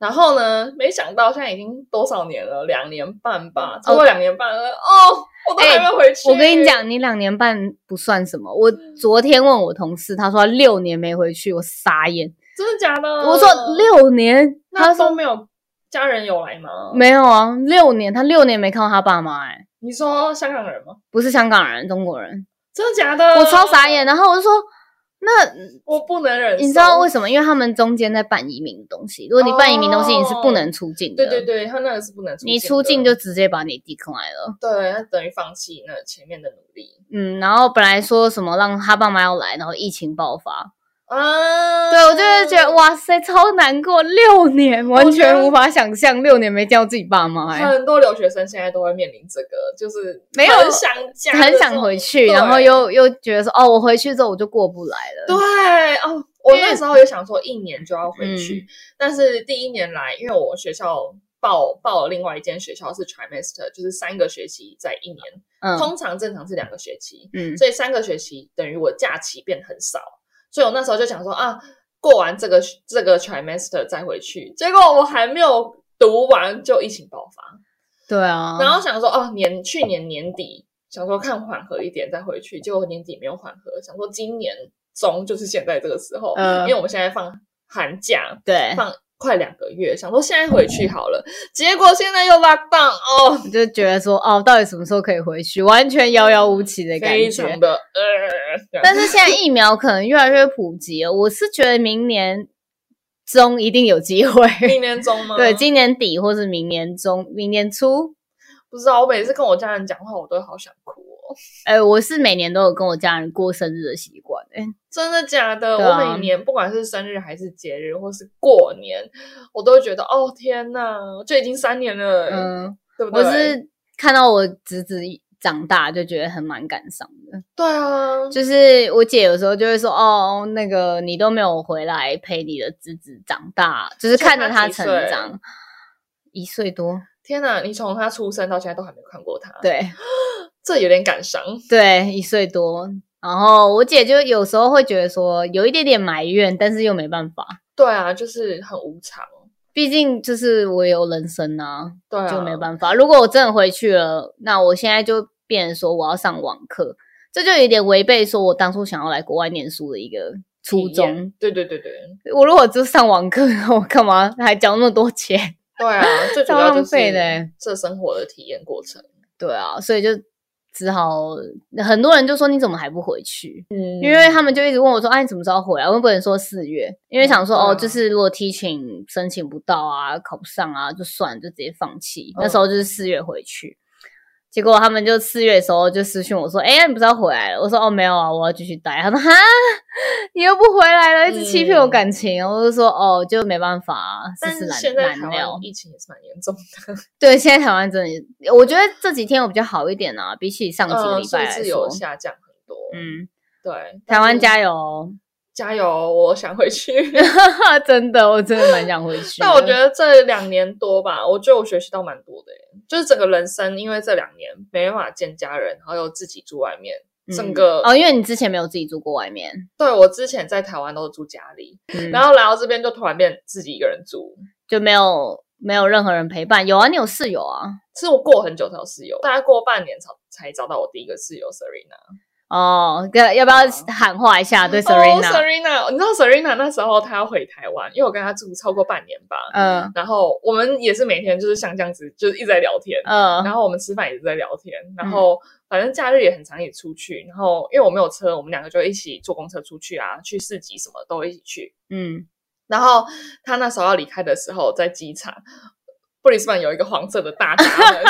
S1: 然后呢，没想到现在已经多少年了，两年半吧，超过两年半了。哦，我都还没有回去。
S2: 哎
S1: 欸
S2: 我跟你，讲，你两年半不算什么。我昨天问我同事，他说他六年没回去，我傻眼。
S1: 真的假的？
S2: 我说六年，
S1: 呃那
S2: 他
S1: 都
S2: 说
S1: 没有家人有来吗？。
S2: 没有啊，六年，他六年没看到他爸妈、欸，哎，
S1: 你说香港人吗？
S2: 不是香港人，中国人，
S1: 真的假的？
S2: 我超傻眼。，然后我就说，那
S1: 我不能忍受。
S2: 你知道为什么？因为他们中间在办移民的东西，如果你办移民的东西，你是
S1: 哦
S2: 不能出境的。
S1: 对对对，他那个是不能出
S2: 你
S1: 的
S2: 出境就直接把你 decline 了。
S1: 对，那等于放弃那前面的努力
S2: 嗯，然后本来说什么让他爸妈要来，然后疫情爆发，
S1: 啊。
S2: 对我就是觉得哇塞，超难过，六年完
S1: 嗯觉得
S2: 全无法想象，六年没见到自己爸妈、欸，
S1: 很多留学生现在都会面临这个，就是
S2: 没有
S1: 很想家，
S2: 很想回去，
S1: 对
S2: 然后又又觉得说哦，我回去之后我就过不来了。
S1: 对哦。我
S2: 因为
S1: 那时候也想说一年就要回
S2: 嗯
S1: 去，但是第一年来，因为我学校报报了另外一间学校是 trimester，就是三个学期在一年，
S2: 嗯
S1: 通常正常是两个学期，
S2: 嗯
S1: 所以三个学期等于我假期变很少，所以我那时候就想说啊，过完这个这个 trimester 再回去，结果我还没有读完就疫情爆发，
S2: 对啊，
S1: 然后想说，哦，年去年年底想说看缓和一点再回去，结果年底没有缓和，想说今年中就是现在这个时候，
S2: 嗯
S1: 因为我们现在放寒假
S2: 对，
S1: 放快两个月，想说现在回去好了，结果现在又 lock down 哦，
S2: 我就觉得说哦，到底什么时候可以回去，完全遥遥无期的感
S1: 非
S2: 觉
S1: 常。的
S2: <laughs>
S1: 呃，这样
S2: 但是现在疫苗可能越来越普及了，我是觉得明年中一定有机会。
S1: 明年中吗？
S2: 对，今年底或是明年中、明年初，
S1: 不知道，我每次跟我家人讲话，我都好想哭哦。
S2: 哎、我是每年都有跟我家人过生日的习惯、哎，
S1: 真的假的？
S2: 对啊
S1: 我每年不管是生日还是节日，或是过年，我都会觉得哦天呐，这已经三年了，
S2: 嗯，
S1: 对不对？
S2: 我是看到我侄子长大就觉得很蛮感伤的。
S1: 对啊，
S2: 就是我姐有时候就会说，哦，那个你都没有回来陪你的侄子长大，就是
S1: 现在
S2: 看着
S1: 他
S2: 他
S1: 几
S2: 成
S1: 岁
S2: 长，一岁多，
S1: 天呐，你从他出生到现在都还没看过他，，
S2: 对。
S1: 这有点感伤。
S2: 对，一岁多。然后我姐就有时候会觉得说有一点点埋怨，但是又没办法，
S1: 对啊，就是很无常，
S2: 毕竟就是我有人生啊，
S1: 对啊，
S2: 就没办法。如果我真的回去了，那我现在就变成说我要上网课，这就有点违背说我当初想要来国外念书的一个初
S1: 体验
S2: 衷。。
S1: 对对对对，
S2: 我如果就上网课， <laughs> 我干嘛还交那么多钱？ <laughs>
S1: 对啊，最主
S2: 超
S1: 要
S2: 浪
S1: 就
S2: 费的
S1: 是
S2: 欸
S1: 这生活的体验过程。
S2: 对啊，所以就只好很多人就说你怎么还不回去？
S1: 嗯
S2: 因为他们就一直问我说：“哎、你什么时候回来？”我又不能说四月，因为想说、
S1: 嗯对啊
S2: 哦，就是如果 teaching 申请不到啊，考不上啊，就算了就直接放弃。
S1: 嗯
S2: 那时候就是四月回去，结果他们就四月的时候就私讯我说：“哎、你不是要回来了？”我说：“哦，没有啊，我要继续待。”他说：“哈，你又不回来了，一直欺骗我感情。我就说：“哦，就没办法、啊，
S1: 嗯但
S2: 世
S1: 是
S2: 事
S1: 现在
S2: 难
S1: 台
S2: 难
S1: 湾
S2: 料。”
S1: 疫情也是蛮严重的，
S2: 对，现在台湾真的，我觉得这几天我比较好一点啊，比起上几个
S1: 嗯，
S2: 礼
S1: 数
S2: 拜来
S1: 字
S2: 说
S1: 有，下降很多。嗯，
S2: 嗯，
S1: 对，
S2: 台湾
S1: 加
S2: 加油哦！
S1: 加油，我想回去。
S2: <laughs> 真的，我真的蛮想回去的。
S1: 但我觉得这两年多吧，我觉得我学习到蛮多的耶，就是整个人生，因为这两年没办法见家人，然后又自己住外面，整
S2: 嗯
S1: 个、
S2: 哦，因为你之前没有自己住过外面，
S1: 对我之前在台湾都是住家里，
S2: 嗯
S1: 然后来到这边就突然变自己一个人住，
S2: 就没有没有任何人陪伴。有啊，你有室友啊？
S1: 是我过很久才有室友，大概过半年才才找到我第一个室友 Serena。
S2: 哦，要要不要喊话一下
S1: 哦
S2: 对 Serena？
S1: Serena，、你知道 Serena 那时候她要回台湾，因为我跟她住超过半年吧，
S2: 嗯
S1: 然后我们也是每天就是像这样子，就是一直在聊天。然
S2: 嗯
S1: 后我们吃饭也是在聊天，然后反正假日也很常一起出去，然后因为我没有车，我们两个就一起坐公车出去啊，去市集什么都一起去。
S2: 嗯，
S1: 然后他那时候要离开的时候，在机场，布里斯班有一个黄色的大闸门，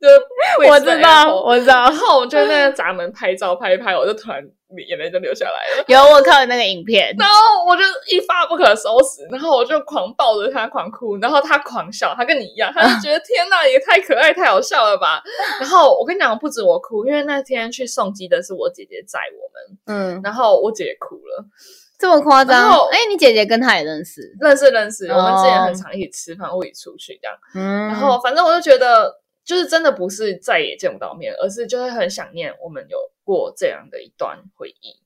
S1: 就是布里
S2: <laughs> 我
S1: 斯班
S2: 知道，
S1: airport
S2: 我知道
S1: 然，后我们就在那个闸门拍照拍一拍，我就突然眼泪就流下来了。
S2: 有我看了那个影
S1: <laughs>
S2: 片，
S1: 然后我就一发不可收拾，然后我就狂抱着他狂哭，然后他狂笑，他跟你一样，他就觉得天呐，也太可爱太好笑了吧。然后我跟你讲，不止我哭，因为那天去送机的是我姐姐载我们，
S2: 嗯，
S1: 然后我姐也哭了。
S2: 这么夸
S1: 然
S2: 张
S1: 后？
S2: 哎，你姐姐跟她也认识，
S1: 认识认识，我们之前
S2: 哦
S1: 很常一起吃饭或一起出去这样。
S2: 嗯，
S1: 然后反正我就觉得，就是真的不是再也见不到面，而是就会很想念我们有过这样的一段回忆。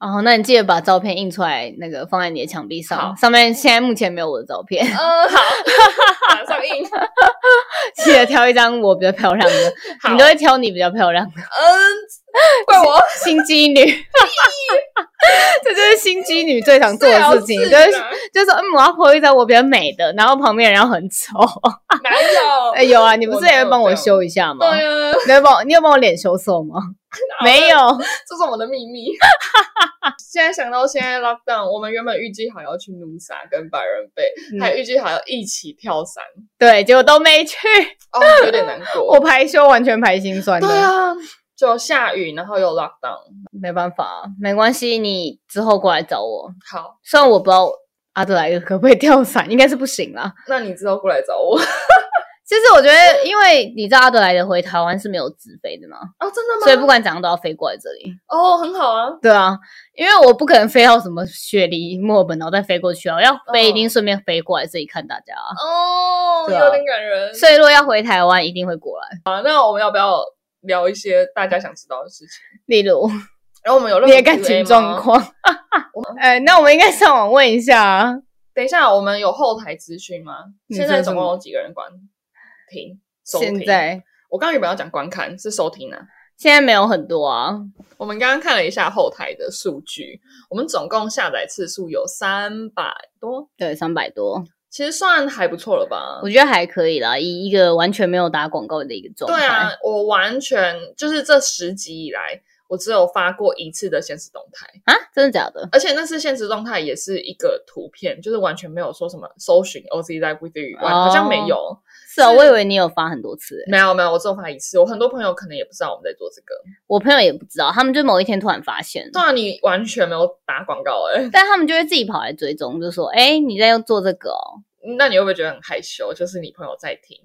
S2: 哦，那你记得把照片印出来，那个放在你的墙壁
S1: 好
S2: 上，上面现在目前没有我的照片。 <laughs>
S1: 嗯，好，马上印。
S2: 记得挑一张我比较漂亮的，
S1: 好
S2: 你都会挑你比较漂亮的
S1: 嗯，怪我。
S2: <laughs> 心机女，这就是心机女最常做的事情，
S1: 最
S2: 就
S1: 好
S2: 是
S1: 吃的
S2: 就是说嗯，我要 po 一张我比较美的，然后旁边人要 <laughs> 很丑。
S1: 啊哪有？
S2: 哎，有啊，你不
S1: 我
S2: 是
S1: 哪
S2: 也
S1: 有
S2: 会帮
S1: 这
S2: 我
S1: 样
S2: 修一下吗？
S1: 对啊，
S2: 你有帮我，你有帮我脸修瘦 <laughs> 吗？没有， <laughs>
S1: 这是我们的秘密。 <laughs> 现在想到现在 lockdown，我们原本预计好要去努萨跟百人贝，
S2: 嗯
S1: 还预计好要一起跳
S2: <laughs>
S1: 伞，
S2: 对，结果都没去，
S1: 哦，有点难过。
S2: 我排休完全排心酸的，
S1: 对啊，就下雨，然后又 lockdown。
S2: 没办法啊，没关系，你之后过来找我。
S1: 好，
S2: 虽然我不知道阿德莱德可不可以跳伞，应该是不行啦。
S1: 那你之后过来找我
S2: 其实我觉得，因为你知道阿德莱德回台湾是没有直飞的嘛，
S1: 哦，真的吗？
S2: 所以不管怎样都要飞过来这里。
S1: 哦，很好啊。
S2: 对啊，因为我不可能飞到什么雪梨、墨尔本，然后再飞过去啊，我要
S1: 哦
S2: 飞一定顺便飞过来这里看大家啊。
S1: 哦，
S2: 对啊
S1: 有点感人。
S2: 所以如果要回台湾，一定会过来。
S1: 那我们要不要聊一些大家想知道的事情？
S2: 例如
S1: 然后我们有任
S2: 你
S1: 何
S2: 的感
S1: Q&A 吗
S2: 情状？况，哎，那我们应该上网问一下啊。
S1: 等一下，我们有后台资讯吗？
S2: 你
S1: 现在
S2: 说
S1: 总共
S2: 什么
S1: 有几个人观听？收听
S2: 现在
S1: 我刚刚原本要讲观看是收听啊。
S2: 现在没有很多啊，
S1: 我们刚刚看了一下后台的数据，我们总共下载次数有三百多，
S2: 对，三百多，
S1: 其实算还不错了吧
S2: 我？觉得还可以啦，以一个完全没有打广告的一个状态。
S1: 对啊，我完全就是这十集以来，我只有发过一次的现实动态，
S2: 啊，真的假的？
S1: 而且那次现实动态也，Oh, 是一个图片，就是完全没有说什么搜寻 OZ Live with you，、
S2: 哦
S1: 好像没有，
S2: 是哦，我以为你有发很多次欸、
S1: 没有没有，我只有发一次。我很多朋友可能也不知道我们在做这个。
S2: 我朋友也不知道，他们就某一天突然发现了，
S1: 对啊，你完全没有打广告哎、
S2: 但他们就会自己跑来追踪，就说：“哎、你在用做这个哦。
S1: 那你会不会觉得很害羞？就是你朋友在听，”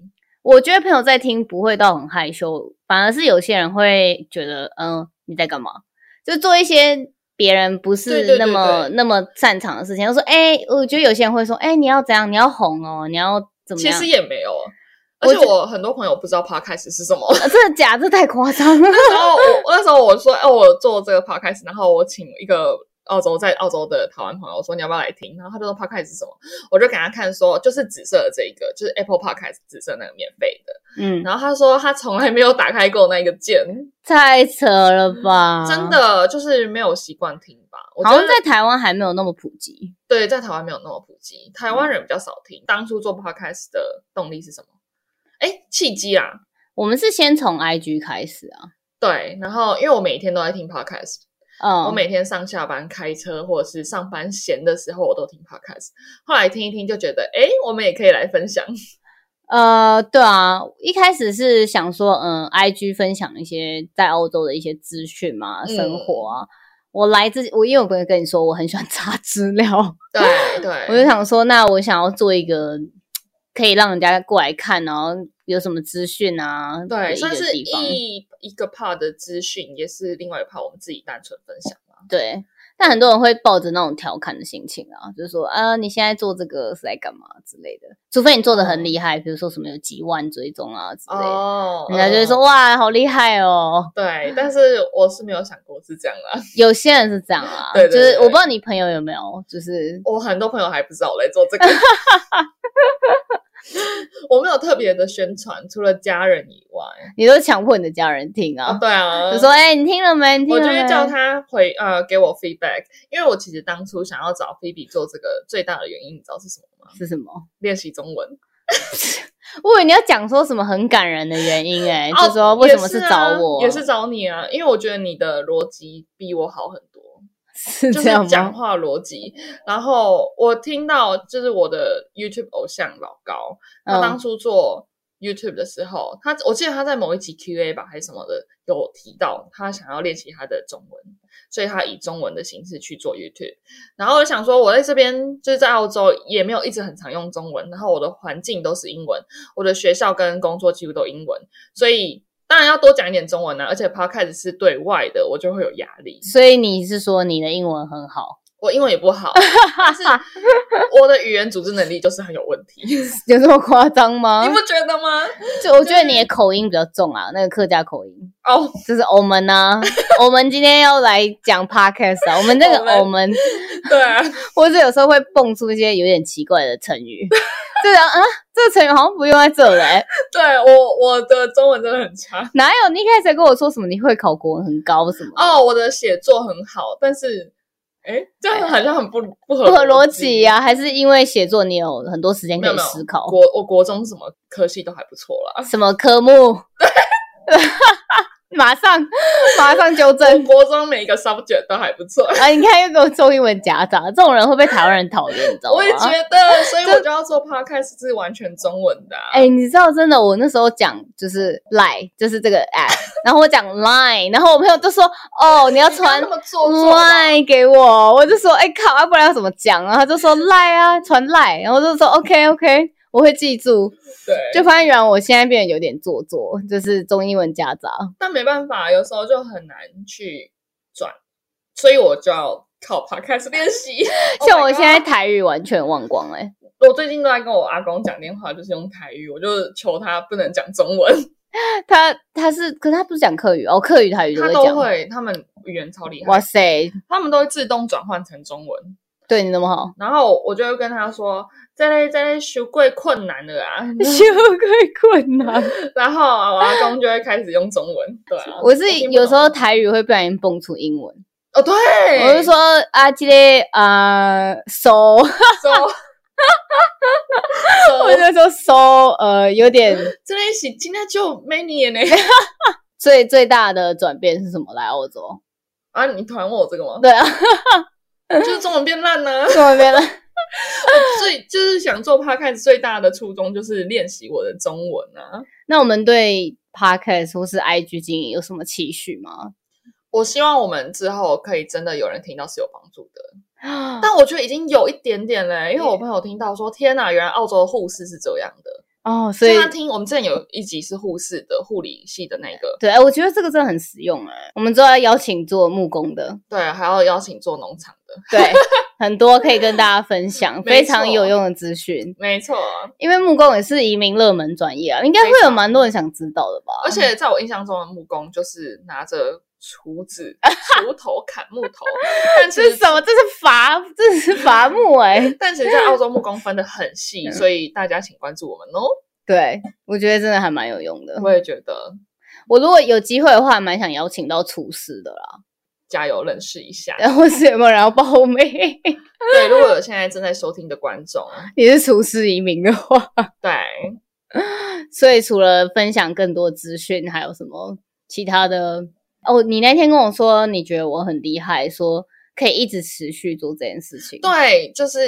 S2: 我觉得朋友在听不会到很害羞，反而是有些人会觉得：“嗯，你在干嘛？”就做一些别人
S1: 对
S2: 不是
S1: 对
S2: 那
S1: 对
S2: 么
S1: 对
S2: 那么擅长的事情，就说：“哎、我觉得有些人会说：‘哎、你要怎样？你要红哦，你要怎么
S1: 其
S2: 样？’
S1: 实也没有。啊而且
S2: 我觉
S1: 我很多朋友不知道 podcast 是什么。
S2: 啊真的假的？这太夸张
S1: <laughs>
S2: 了。
S1: 然后我我那时候我说，哎，我做这个 podcast，然后我请一个澳洲在澳洲的台湾朋友，我说你要不要来听？然后他就说 podcast 是什么？我就给他看说，就是紫色的这一个，就是 Apple podcast 紫色那个免费的。
S2: 嗯，
S1: 然后他说他从来没有打开过那个键，
S2: 太扯了吧！
S1: 嗯真，的就是没有习惯听吧。我觉
S2: 啊好
S1: 得
S2: 像在台湾还没有那么普及。
S1: 对在台湾没有那么普及，台
S2: 嗯
S1: 湾人比较少听。当初做 podcast 的动力是什么？哎，契机啊，
S2: 我们是先从 IG 开始啊。
S1: 对。然后因为我每天都在听 podcast，
S2: 嗯，
S1: 我每天上下班开车或者是上班闲的时候，我都听 podcast。后来听一听就觉得，哎，我们也可以来分享。
S2: 呃，对啊，一开始是想说，嗯，IG 分享一些在澳洲的一些资讯嘛，
S1: 嗯
S2: 生活啊。我来自我，因为我跟跟你说，我很喜欢查资料， <laughs>
S1: 对
S2: 我就
S1: 对，
S2: 想说，那我想要做一个可以让人家过来看，然后有什么资讯啊，的一
S1: 对，
S2: 个
S1: 算是
S2: 地方
S1: 一一个 part 的资讯，也是另外一 part 我们自己单纯分享嘛。
S2: 对。但很多人会抱着那种调侃的心情啊，就是说，啊，你现在做这个是在干嘛之类的。除非你做的很厉害，比如说什么有几万追踪啊之类的，
S1: 哦
S2: 人家就会说，
S1: 嗯
S2: 哇，好厉害哦。
S1: 对，但是我是没有想过是这样啦。
S2: 有些人是这样啦，
S1: 对对对
S2: 就是我不知道你朋友有没有，就是
S1: 我很多朋友还不知道我在做这
S2: <laughs>
S1: 个，我没有特别的宣传，除了家人以外。
S2: 你都强迫你的家人听
S1: 啊，
S2: 啊，
S1: 对啊，
S2: 就说哎、你听了没？你听
S1: 我
S2: 了
S1: 就
S2: 没？
S1: 会叫他回呃给我 feedback，因为我其实当初想要找 Phoebe 做这个最大的原因，你知道是什么吗？
S2: 是什么？
S1: 练习中文。
S2: 我以为你要讲说什么很感人的原因、哎、
S1: 哦
S2: 就说为什么
S1: 也是
S2: 找我？
S1: 啊？也是找你啊，因为我觉得你的逻辑比我好很多，<laughs>
S2: 是
S1: 就
S2: 这样
S1: 是讲
S2: 吗？
S1: 话逻辑。然后我听到就是我的 YouTube 偶像老高，他当
S2: 嗯，
S1: 初做 YouTube 的时候，他我记得他在某一集 Q&A 吧还是什么的有提到，他想要练习他的中文，所以他以中文的形式去做 YouTube。然后我想说，我在这边就是在澳洲也没有一直很常用中文，然后我的环境都是英文，我的学校跟工作几乎都英文，所以当然要多讲一点中文啊。而且 Podcast 是对外的，我就会有压力。
S2: 所以你是说你的英文很好，
S1: 我英文也不好，但 <laughs> 是我的语言组织能力就是很有问题，你
S2: 有这么夸张吗？
S1: 不觉得吗？
S2: 就我觉得你的口音比较重啊，那个客家口音。
S1: 哦、
S2: 就是我们呢、 <laughs> 我们今天要来讲 podcast 啊，我们这个
S1: 我们
S2: 我们
S1: 对啊。 <laughs>
S2: 或者有时候会蹦出一些有点奇怪的成语， <laughs> 就想啊，这个成语好像不用在这里、欸，
S1: 对我我的中文真的很差
S2: 哪有？你一开始还跟我说什么你会考国文很高什么？
S1: 哦，我的写作很好，但是哎，这样好像很不不合
S2: 不合逻辑呀、还是因为写作你有很多时间
S1: 没
S2: 可
S1: 有
S2: 以
S1: 没有
S2: 思考，
S1: 国我国中什么科系都还不错啦，
S2: 什么科目？ <laughs> 马上马上纠
S1: 我
S2: 正
S1: 国中每一个 subject 都还不错，
S2: 啊！你看又给我中英文夹杂，这种人会被台湾人讨厌，你知道吗？
S1: 我也觉
S2: <laughs>
S1: 得，所以我就要做 podcast 是完全中文的啊、
S2: 哎、你知道真的，我那时候讲就是 Line，就是这个 app，然后我讲 Line，然后我朋友就说：“哦，你要
S1: 你不要
S2: 传
S1: 那么做作啊，
S2: Line 给我。”我就说：“哎、靠，啊，不然要怎么讲啊？”他就说：“Line 啊，传 Line。”然后我就说：“OK OK，我会记住。”
S1: 对，
S2: 就发现原来我现在变得有点做作，就是中英文夹杂。
S1: 但没办法，有时候就很难去转，所以我就要靠 podcast 练习。
S2: <laughs> 像
S1: Oh my
S2: 我现在
S1: God
S2: 台语完全忘光哎、
S1: 我最近都在跟我阿公讲电话，就是用台语，我就求他不能讲中
S2: <laughs>
S1: 文，
S2: 他他是，可是他不是讲客语哦，客语台语
S1: 他
S2: 会
S1: 都
S2: 讲。
S1: 会，他们语言超厉
S2: 哇
S1: 害，
S2: 塞，
S1: 他们都会自动转换成中文。
S2: 对你那
S1: <laughs>
S2: 么好，
S1: 然后我就会跟他说：“这类这类修贵困难了啊。 <laughs>
S2: 羞愧困难。”
S1: 然后我阿公就会开始用中文。对啊，
S2: 我是
S1: 听不懂
S2: 有时候台语会不小心蹦出英文，
S1: 哦，对，
S2: 我就说啊，这个啊
S1: <laughs>
S2: 手，
S1: 说
S2: 我
S1: 说
S2: 就说手，呃，有点
S1: 这类是今天就没你呢。
S2: 最最大的转变是什么？来澳洲， <laughs>
S1: 啊，你突然问我这个吗？ <laughs>
S2: 对啊，
S1: 就是中文变烂呢、
S2: 中文变烂，
S1: 最就是想做 podcast 最大的初衷就是练习我的中文啊。
S2: 那我们对 podcast 或是 IG 经营有什么期许吗？
S1: 我希望我们之后可以真的有人听到是有帮助的，但我觉得已经有一点点嘞，因为我朋友听到说，天哪，原来澳洲的护士是这样的。
S2: 哦，所以
S1: 他听我们之前有一集是护士的护理系的那个，
S2: 对，哎，我觉得这个真的很实用哎、我们之后要邀请做木工的，
S1: 对，还要邀请做农场的， <laughs>
S2: 对，很多可以跟大家分享
S1: 没
S2: 非
S1: 错
S2: 常有用的资讯。
S1: 没错。啊
S2: 因为木工也是移民热门专业啊，应该会有蛮多人想知道的吧？
S1: 而且在我印象中的木工就是拿着锄
S2: <laughs>
S1: 子、锄头砍木头，但其
S2: 这是
S1: 实
S2: 什么？这是伐，这是伐木哎、
S1: <laughs>
S2: 嗯
S1: 但其实，在澳洲木工分的很细，所以大家请关注我们哦。
S2: 对，我觉得真的还蛮有用的。
S1: 我也觉得
S2: 我如果有机会的话，蛮想邀请到厨师的啦，
S1: 加油，认识一下。
S2: 然后是有没有人要报名？ <laughs>
S1: 对，如果有现在正在收听的观众，
S2: 你是厨师移民的话，
S1: 对，
S2: 所以除了分享更多资讯，还有什么其他的？哦，你那天跟我说你觉得我很厉害，说可以一直持续做这件事情。
S1: 对，啊就是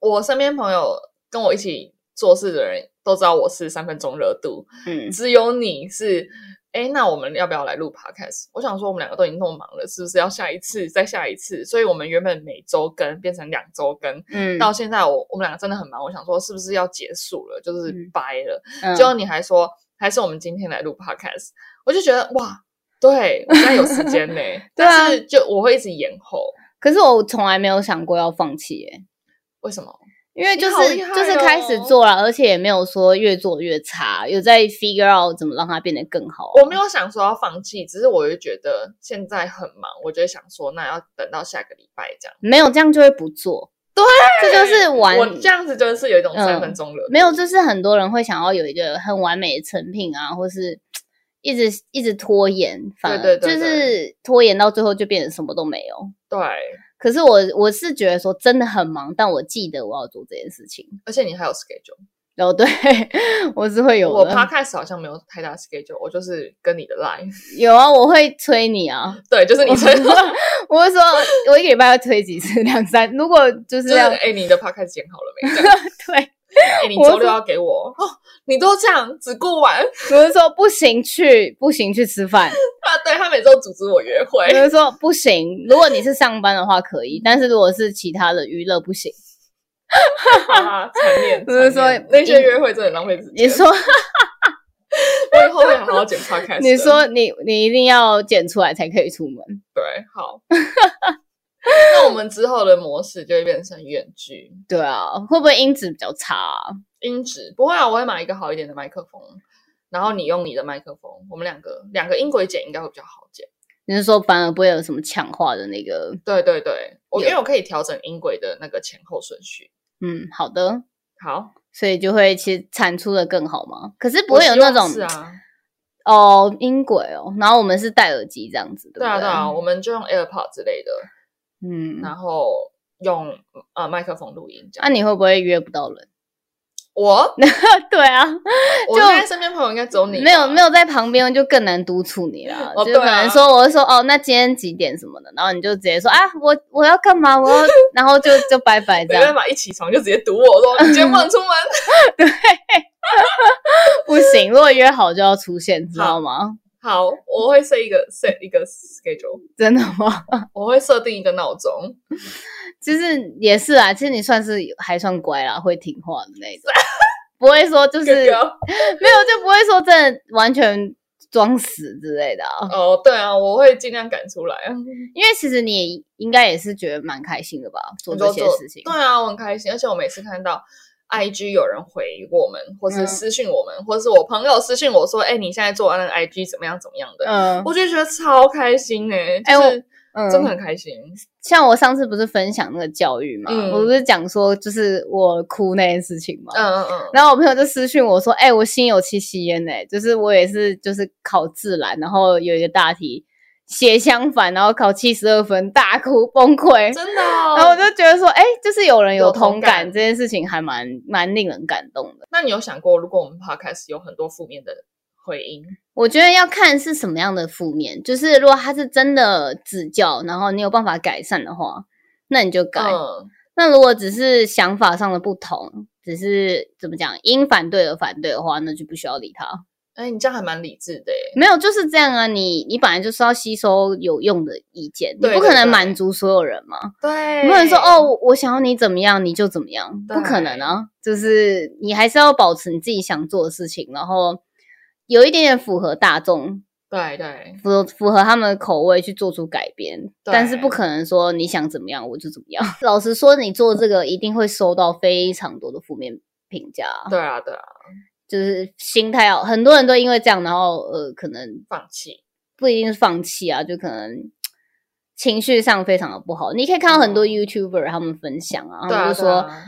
S1: 我身边朋友跟我一起做事的人都知道我是三分钟热度，
S2: 嗯，
S1: 只有你是。哎，那我们要不要来录 podcast？我想说，我们两个都已经那么忙了，是不是要下一次再下一次？所以我们原本每周更变成两周更，
S2: 嗯
S1: 到现在我我们两个真的很忙。我想说，是不是要结束了？就是
S2: 嗯
S1: 掰了。
S2: 嗯
S1: 结果你还说，还是我们今天来录 podcast，我就觉得哇，对我现在有时间
S2: <laughs>
S1: 呢、
S2: 对啊
S1: 但是就我会一直延后，
S2: 可是我从来没有想过要放弃耶、
S1: 为什么？
S2: 因为
S1: 你
S2: 就
S1: 好
S2: 是、
S1: 厉害
S2: 就是开始
S1: 哦
S2: 做了，而且也没有说越做越差，有在 figure out 怎么让它变得更好啊。
S1: 我没有想说要放弃，只是我就觉得现在很忙，我就想说，那要等到下个礼拜这样。
S2: 没有这样就会不做，
S1: 对，
S2: 这就是玩
S1: 我这样子就是有一种三
S2: 嗯
S1: 分钟了、
S2: 没有，就是很多人会想要有一个很完美的成品啊，或是一直一直拖延，反而
S1: 对对对
S2: 就是拖延到最后就变成什么都没有。
S1: 对，
S2: 可是我我是觉得说真的很忙，但我记得我要做这件事情。
S1: 而且你还有 schedule。
S2: 然后对 <laughs> 我是会有
S1: 我
S2: 的，
S1: podcast 好像没有太大 schedule，我就是跟你的 line， <laughs>
S2: 有啊，我会催你啊，
S1: 对，就是 <laughs> 你真的
S2: 我会说我一个礼拜要催几次， <laughs> 两三。如果就是
S1: 就是
S2: 要、
S1: 哎、你的 podcast 剪好了没？这样
S2: <laughs> 对，
S1: 哎、你
S2: 我
S1: 周六要给我哦，你都这样只顾玩，
S2: 我是说不行去不行去吃饭，
S1: <laughs> 他对他每周组织我约会，
S2: 比
S1: <laughs>
S2: 如说不行，如果你是上班的话可以，但是如果是其他的娱乐不行。
S1: 啊，残念。
S2: <laughs> 就是
S1: 残念
S2: 说
S1: 那些约会真的很浪费时间。
S2: 你说，
S1: 我以后会好好剪 podcast 的。
S2: 你说你你一定要剪出来才可以出门。
S1: 对，
S2: <laughs>
S1: 好。那我们之后的模式就会变成远距
S2: 对啊，会不会音质比较差、啊？
S1: 音质，不会啊，我会买一个好一点的麦克风，然后你用你的麦克风，我们两个两个音轨剪应该会比较好剪。
S2: 你是说反而不会有什么强化的那个？
S1: 对对对，我因
S2: 有
S1: 为我可以调整音轨的那个前后顺序。
S2: 嗯，好的，
S1: 好，
S2: 所以就会其实产出的更好吗？可是不
S1: 我
S2: 会有
S1: 希
S2: 那
S1: 望
S2: 种
S1: 是啊，
S2: 哦音轨哦，然后我们是戴耳机这样子，对不
S1: 对啊对啊，我们就用 AirPod 之类的，
S2: 嗯，
S1: 然后用呃麦克风录音这
S2: 那、
S1: 样。
S2: 你会不会约不到人？ <laughs>
S1: 我
S2: 对啊，
S1: 我
S2: 就
S1: 现在身边朋友应该只有你，
S2: 没有没
S1: 有，
S2: 有在旁边就更难督促你啦，
S1: 哦
S2: 就
S1: 对
S2: 可能
S1: 啊
S2: 说我会说哦，那今天几点什么的，然后你就直接说啊，我我要干嘛，我要， <laughs> 然后就就拜拜这
S1: 没
S2: 样
S1: 办，法，一起床就直接堵我
S2: <laughs>
S1: 说你今天不能出门。
S2: <laughs> 不行，如果约好就要出现，知道吗？
S1: 好，我会设一个 set 一个 schedule，
S2: 真的吗？ <laughs>
S1: 我会设定一个闹钟。
S2: 就是也是啊，其实你算是还算乖啦，会听话的那种， <laughs> 不会说就
S1: 哥
S2: 是
S1: 哥，
S2: 没有就不会说真的完全装死之类的啊。
S1: 哦，对啊，我会尽量赶出来啊。
S2: 因为其实你应该也是觉得蛮开心的吧，做
S1: 你
S2: 这
S1: 说
S2: 些事情
S1: 对。啊，我很开心，而且我每次看到。I G 有人回我们，或是
S2: 嗯
S1: 私讯我们，或是我朋友私讯我说：“哎、你现在做完了 I G 怎么样怎么样的？”
S2: 嗯
S1: 我就觉得超开心呢、
S2: 哎
S1: 就是
S2: 嗯
S1: 啊真的很开心。
S2: 像我上次不是分享那个教育嘛，
S1: 嗯
S2: 我不是讲说就是我哭那件事情嘛，
S1: 嗯嗯嗯，
S2: 然后我朋友就私讯我说：“哎、我心有戚戚焉哎，就是我也是就是考自然，然后有一个大题写相反，然后考七十二分，大哭崩溃。
S1: 真的、
S2: 然后我 <laughs>
S1: 哦。
S2: 就觉得说，哎、就是有人有
S1: 有同
S2: 同感
S1: 感
S2: 这件事情，还蛮蛮令人感动的。
S1: 那你有想过，如果我们 podcast 有很多负面的回音，
S2: 我觉得要看是什么样的负面，就是如果他是真的指教，然后你有办法改善的话，那你就改。
S1: 嗯，
S2: 那如果只是想法上的不同，只是怎么讲，因反对而反对的话，那就不需要理他。
S1: 哎、你这样还蛮理智的欸耶。
S2: 没有，就是这样啊。你你本来就是要吸收有用的意见，你
S1: 对
S2: 不可
S1: 对
S2: 能
S1: 对
S2: 满足所有人嘛。
S1: 对
S2: 你不能说哦，我我想要你怎么样你就怎么样，不可
S1: 对
S2: 能啊。就是你还是要保持你自己想做的事情，然后有一点点符合大众，
S1: 对对
S2: 符符合他们的口味去做出改变，但是
S1: 对
S2: 不可能说你想怎么样我就怎么样。 <laughs> 老实说，你做这个一定会收到非常多的负面评价啊，
S1: 对啊对啊，
S2: 就是心态要很多人都因为这样，然后呃，可能
S1: 放弃。
S2: 不一定是放弃啊，就可能。情绪上非常的不好，你可以看到很多
S1: 哦
S2: YouTuber 他们分享啊，
S1: 对
S2: 他
S1: 啊
S2: 们就
S1: 对
S2: 说、
S1: 啊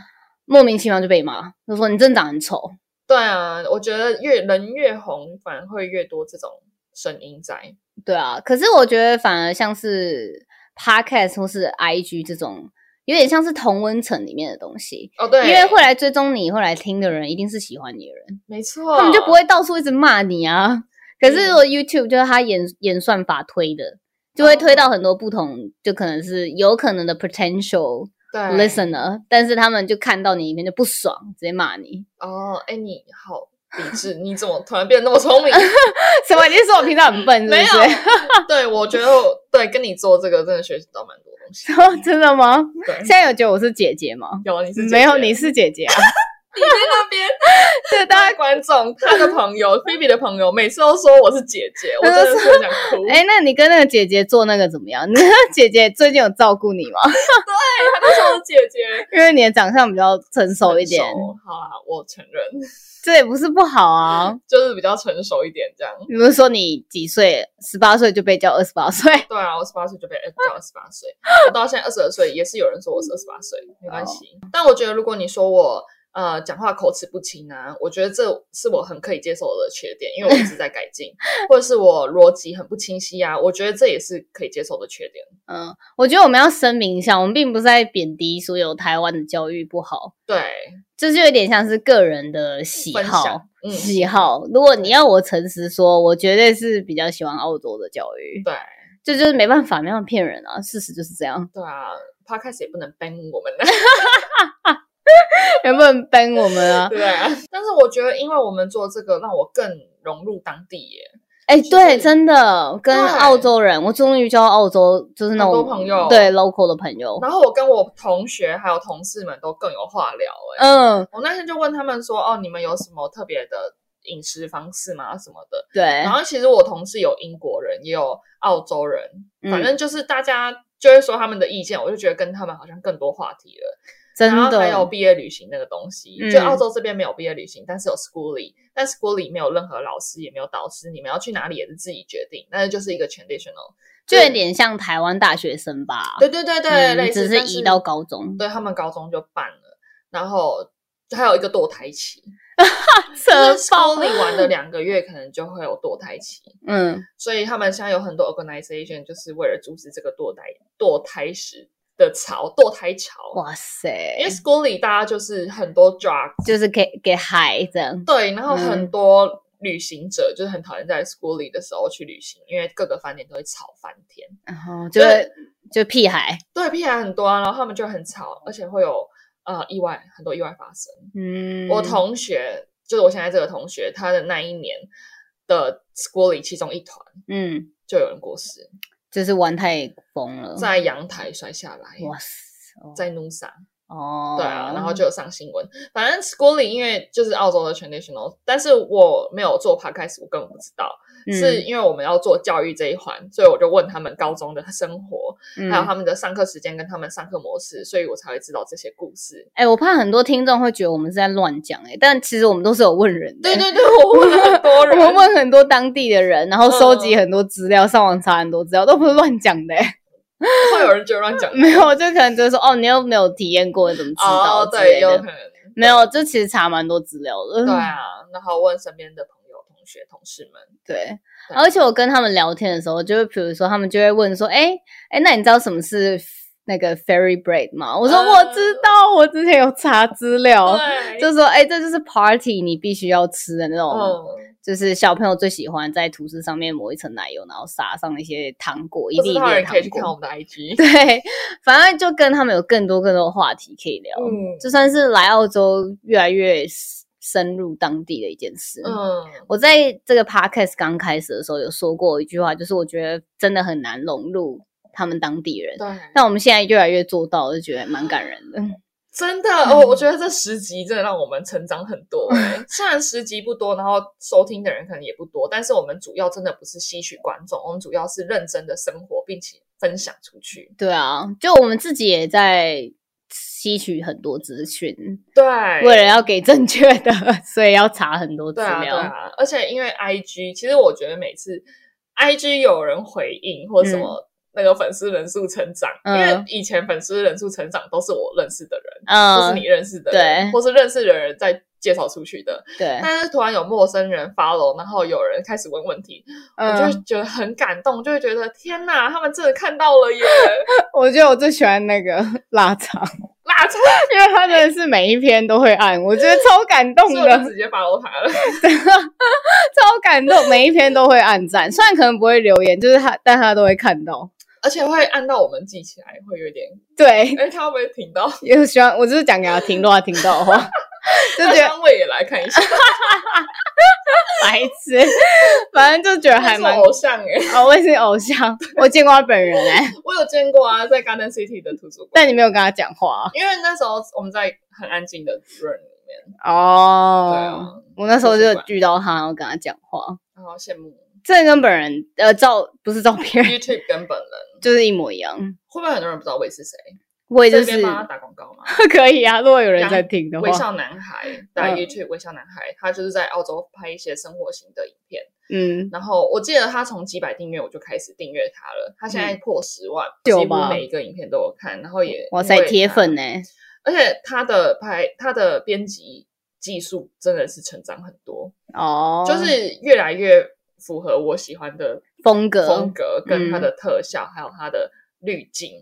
S2: 莫名其妙就被骂，就说你真的长得很丑。
S1: 对啊，我觉得越人越红，反而会越多这种声音在。
S2: 对啊，可是我觉得反而像是 podcast 或是 IG 这种，有点像是同温层里面的东西，
S1: 哦，对，
S2: 因为会来追踪你、会来听的人，一定是喜欢你的人，
S1: 没错，
S2: 他们就不会到处一直骂你啊。可是
S1: 嗯
S2: 如果 YouTube 就是它演演算法推的，就会
S1: 哦
S2: 推到很多不同，就可能是有可能的 potential
S1: 对
S2: listener，但是他们就看到你里面就不爽，直接骂你。
S1: 哦，哎，你好理智，你怎么突然变得那么聪
S2: <laughs>
S1: 明？
S2: <laughs> 什么？你是说我平常很笨是不是？
S1: 没有，对我觉得我对跟你做这个真的学习到蛮多东西。
S2: <laughs> 有，哦真的吗？
S1: 对
S2: 现，在有觉得我是姐姐吗？
S1: 有啊你是姐姐
S2: 没有，你是
S1: <laughs>
S2: 姐姐啊。
S1: 那边
S2: 对，大
S1: 大
S2: 家
S1: 家观众，他的朋友菲比的朋友，每次都说我是姐
S2: <laughs>
S1: 姐，我真的是很想哭。
S2: 哎、那你跟那个姐姐做那个怎么样？ <laughs> 那个姐姐最近有照顾你吗？ <laughs>
S1: 他都说我是姐姐，
S2: 因为你的长相比较成熟一点，
S1: 成熟好啊，我承认，
S2: 这也不是不好啊。
S1: 就是比较成熟一点这样。
S2: 你不是说你几岁？十八岁就被叫二十八岁？ <laughs>
S1: 对啊，我十八岁就被叫二十八岁，我到现在二十二岁，也是有人说我是二十八岁，没关
S2: 嗯
S1: 系。但我觉得，如果你说我呃讲话口齿不清啊，我觉得这是我很可以接受的缺点，因为我一直在改进， <laughs> 或者是我逻辑很不清晰啊，我觉得这也是可以接受的缺点。
S2: 嗯，我觉得我们要声明一下，我们并不是在贬低所有台湾的教育不好，
S1: 对，
S2: 这就有点像是个人的喜
S1: 分
S2: 好
S1: 享。，嗯，
S2: 喜好，如果你要我诚实说，我绝对是比较喜欢澳洲的教育。
S1: 对
S2: 这就是没办法，没办法骗人啊，事实就是这样。 <laughs>
S1: 对啊，podcast 也不能 ban 我们的。
S2: 能不能帮我们
S1: <laughs>
S2: 啊？
S1: 对啊，但是我觉得，因为我们做这个，让我更融入当地耶。
S2: 哎、
S1: 是
S2: 对，真的跟
S1: 对
S2: 澳洲人，我终于交到澳洲就是那
S1: 很多
S2: 种
S1: 朋友
S2: 对 local 的朋友。
S1: 然后我跟我同学还有同事们都更有话聊哎。
S2: 嗯，
S1: 我那天就问他们说，哦，你们有什么特别的饮食方式吗？什么的。
S2: 对
S1: 然，后其实我同事有英国人，也有澳洲人，反
S2: 嗯
S1: 正就是大家就会说他们的意见，我就觉得跟他们好像更多话题了。
S2: 真
S1: 然后还有
S2: 的，
S1: 毕业旅行那个东西，
S2: 嗯
S1: 就澳洲这边没有毕业旅行，但是有 schooling，但 schooling 没有任何老师，也没有导师，你们要去哪里也是自己决定，但是就是一个 traditional，
S2: 就有点像台湾大学生吧？
S1: 对对对对，
S2: 嗯
S1: 类似
S2: 只是
S1: 但
S2: 移到高中，
S1: 对他们高中就办了，然后还有一个堕胎 <laughs> 期，
S2: 扯
S1: 就是
S2: 爆
S1: schooling 玩的两个月可能就会有堕胎期，
S2: 嗯，
S1: 所以他们现在有很多 organization 就是为了阻止这个堕胎堕胎时的潮堕胎潮，
S2: 哇塞，
S1: 因为 schooling 大家就是很多 drug。
S2: 就是给给嗨这样。
S1: 对，然后
S2: 嗯
S1: 很多旅行者就是很讨厌在 school 里的时候去旅行，因为各个饭店都会吵翻天。
S2: 然后就
S1: 对
S2: 就屁孩，
S1: 对，屁孩很多啊，然后他们就很吵，而且会有呃意外，很多意外发生。
S2: 嗯，
S1: 我同学就是我现在这个同学，他的那一年的 school 里其中一团
S2: 嗯，
S1: 就有人过世，
S2: 就是玩太疯了，
S1: 在阳台摔下来。
S2: 嗯哇塞，哦
S1: 在 Nusa，
S2: 哦，
S1: 对啊，然后就有上新闻。反正 school 里因为就是澳洲的 traditional，但是我没有做 podcast，我根本不知道。
S2: 嗯
S1: 是因为我们要做教育这一环，所以我就问他们高中的生活，
S2: 嗯
S1: 还有
S2: 嗯
S1: 他们的上课时间跟他们上课模式，所以我才会知道这些故事。
S2: 哎、我怕很多听众会觉得我们是在乱讲哎，但其实我们都是有问人的、
S1: 对 <laughs> 对对，哎我问了很多
S2: 我
S1: 人，
S2: 们问很多当地的人，然后收集
S1: 嗯
S2: 很多资料，上网查很多资料，都不是乱讲的、欸。，
S1: 会有人觉得乱讲嗯
S2: 没有，就可能就是说，哦，你又没有体验过，你怎么知道？
S1: 哦，对，有可
S2: 的。
S1: 能，
S2: 没有，就其实查蛮多资料的。嗯
S1: 对啊。然后问身边的朋友、同学、同事们，
S2: 对
S1: 对
S2: 而且我跟他们聊天的时候，就是比如说他们就会问说，哎哎，那你知道什么是那个 ferry break 吗？我说、
S1: 嗯
S2: 我知道，我之前有查资料，
S1: 对，
S2: 就说哎，这就是 party 你必须要吃的那种。
S1: 嗯，
S2: 就是小朋友最喜欢在吐司上面抹一层奶油，然后撒上一些糖果，一
S1: 不知
S2: 粒一粒
S1: 道的
S2: 的
S1: 人可以
S2: 糖
S1: 去看我
S2: 果。
S1: 们的 <laughs> IG。
S2: <laughs> 对，反正就跟他们有更多更多的话题可以聊，
S1: 嗯
S2: 就算是来澳洲越来越深入当地的一件事。
S1: 嗯，
S2: 我在这个 podcast 刚开始的时候有说过一句话，就是我觉得真的很难融入他们当地人。
S1: 对，
S2: 但我们现在越来越做到，我就觉得蛮感人的。
S1: 真的
S2: 嗯
S1: 哦，我觉得这十集真的让我们成长很多、欸。虽然十集不多，然后收听的人可能也不多，但是我们主要真的不是吸取观众，我们主要是认真的生活，并且分享出去。
S2: 对啊，就我们自己也在吸取很多资讯，
S1: 对，
S2: 为了要给正确的，所以要查很多资
S1: 对啊，对
S2: 料。
S1: 啊，而且因为 I G，其实我觉得每次 I G 有人回应或什么、那个粉丝人数成长，
S2: 嗯
S1: 因为以前粉丝人数成长都是我认识的人，或是
S2: 嗯
S1: 你，认识的人，
S2: 对
S1: 或是认识的人在介绍出去的，
S2: 对，
S1: 但是突然有陌生人 follow，然后有人开始问问题，我就会
S2: 嗯，
S1: 觉得很感动，就会觉得天哪，他们真的看到了耶！ <laughs>
S2: 我觉得我最喜欢那个 <laughs> 腊肠，
S1: 辣椒，
S2: 因为他真的是每一篇都会按，我觉得超感动
S1: 所以
S2: 的
S1: 我就，直接 follow 他了。
S2: 超感动，每一篇都会按赞，虽然可能不会留言，就是他，但他都会看到。
S1: 而且会按到我们记起来，会有点，
S2: 对，
S1: 哎，他会不会听到？
S2: 也喜欢，我就是讲给他听，如果他听到的话， <laughs> 就
S1: 那
S2: 觉得
S1: 香味也来看一 <laughs> 下，
S2: 白痴，反正就觉得还
S1: 他是
S2: 蛮
S1: 偶像哎，
S2: 哦，我也是偶像，我见过他本人哎、
S1: 我有见过啊，在 Garden City 的图书馆，
S2: 但你没有跟他讲话啊
S1: 因为那时候我们在很安静的 room 里面，哦对啊
S2: 哦。我那时候
S1: 图书
S2: 就
S1: 馆
S2: 遇到他，然后跟他讲话，
S1: 然后羡慕
S2: 真的跟本人呃照不是照片，
S1: YouTube 跟本人，
S2: 就是一模一样。
S1: 会不会很多人不知道我是谁？
S2: 我也
S1: 嗯
S2: 就
S1: 这
S2: 是
S1: 边帮他打广告嘛。
S2: <laughs> 可以啊，如果有人在听的
S1: 微
S2: 话，
S1: 笑男孩，打
S2: 嗯
S1: YouTube 微笑男孩，他就是在澳洲拍一些生活型的影片。
S2: 嗯，
S1: 然后我记得他从几百订阅我就开始订阅他了，他现在破十万，
S2: 有
S1: 几乎
S2: 吧
S1: 每一个影片都有看，然后也
S2: 哇塞，铁粉
S1: 呢。
S2: 呢、
S1: 而且他的拍他的编辑技术真的是成长很多，
S2: 哦，
S1: 就是越来越符合我喜欢的
S2: 风格。
S1: 风格，跟
S2: 嗯
S1: 它的特效，还有它的滤镜。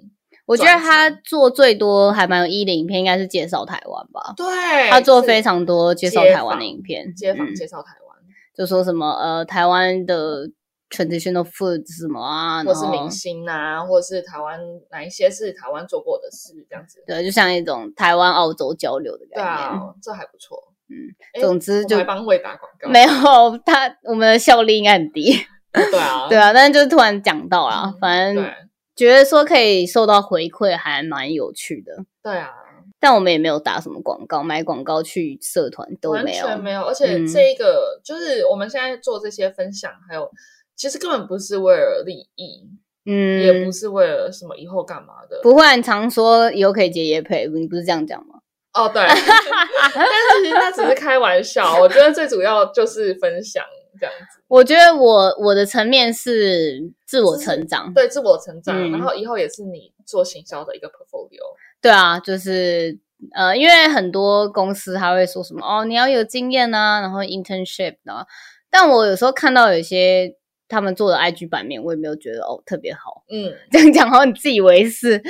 S2: 我觉得他
S1: 转
S2: 做最多还蛮有意义的影片，应该是介绍台湾吧。
S1: 对，
S2: 他做
S1: 是
S2: 非常多介绍
S1: 街
S2: 台湾的
S1: 访
S2: 影片，
S1: 街访
S2: 嗯
S1: 介绍台湾，
S2: 就说什么呃台湾的 traditional food 是什么啊，
S1: 或
S2: 然
S1: 是
S2: 后
S1: 明星啊，或是台湾哪一些是台湾做过的事，这样子。
S2: 对，就像一种台湾澳洲交流的概
S1: 对
S2: 念。
S1: 啊，这还不错。
S2: 嗯
S1: 诶，
S2: 总之
S1: 我
S2: 就
S1: 还帮魏打广告，
S2: 没有他，我们的效力应该很
S1: <laughs>
S2: 低。
S1: 对啊，
S2: <laughs> 对啊，但是就是突然讲到啦，
S1: 嗯
S2: 反正
S1: 对
S2: 觉得说可以受到回馈，还蛮有趣的。
S1: 对啊，
S2: 但我们也没有打什么广告，买广告去社团都
S1: 完
S2: 没有。
S1: 全没有。而且
S2: 嗯
S1: 这一个就是我们现在做这些分享，还有其实根本不是为了利益，也
S2: 嗯
S1: 不，是为了什么以后干嘛的，
S2: 不会，你常说以后可以接业配，你不是这样讲吗？
S1: 哦，
S2: <laughs>
S1: 对，但是其实那只是开玩笑。我觉得最主要就是分享这样子，
S2: 我觉得我我的层面是自我
S1: 就是
S2: 成长，
S1: 对自我成长，
S2: 嗯
S1: 然后以后也是你做行销的一个 portfolio。
S2: 对啊，就是呃，因为很多公司他会说什么哦，你要有经验啊，然后 internship 啊。但我有时候看到有些他们做的 IG 版面，我也没有觉得哦特别好。 <laughs>
S1: 嗯，
S2: 这样讲好像很自以为是，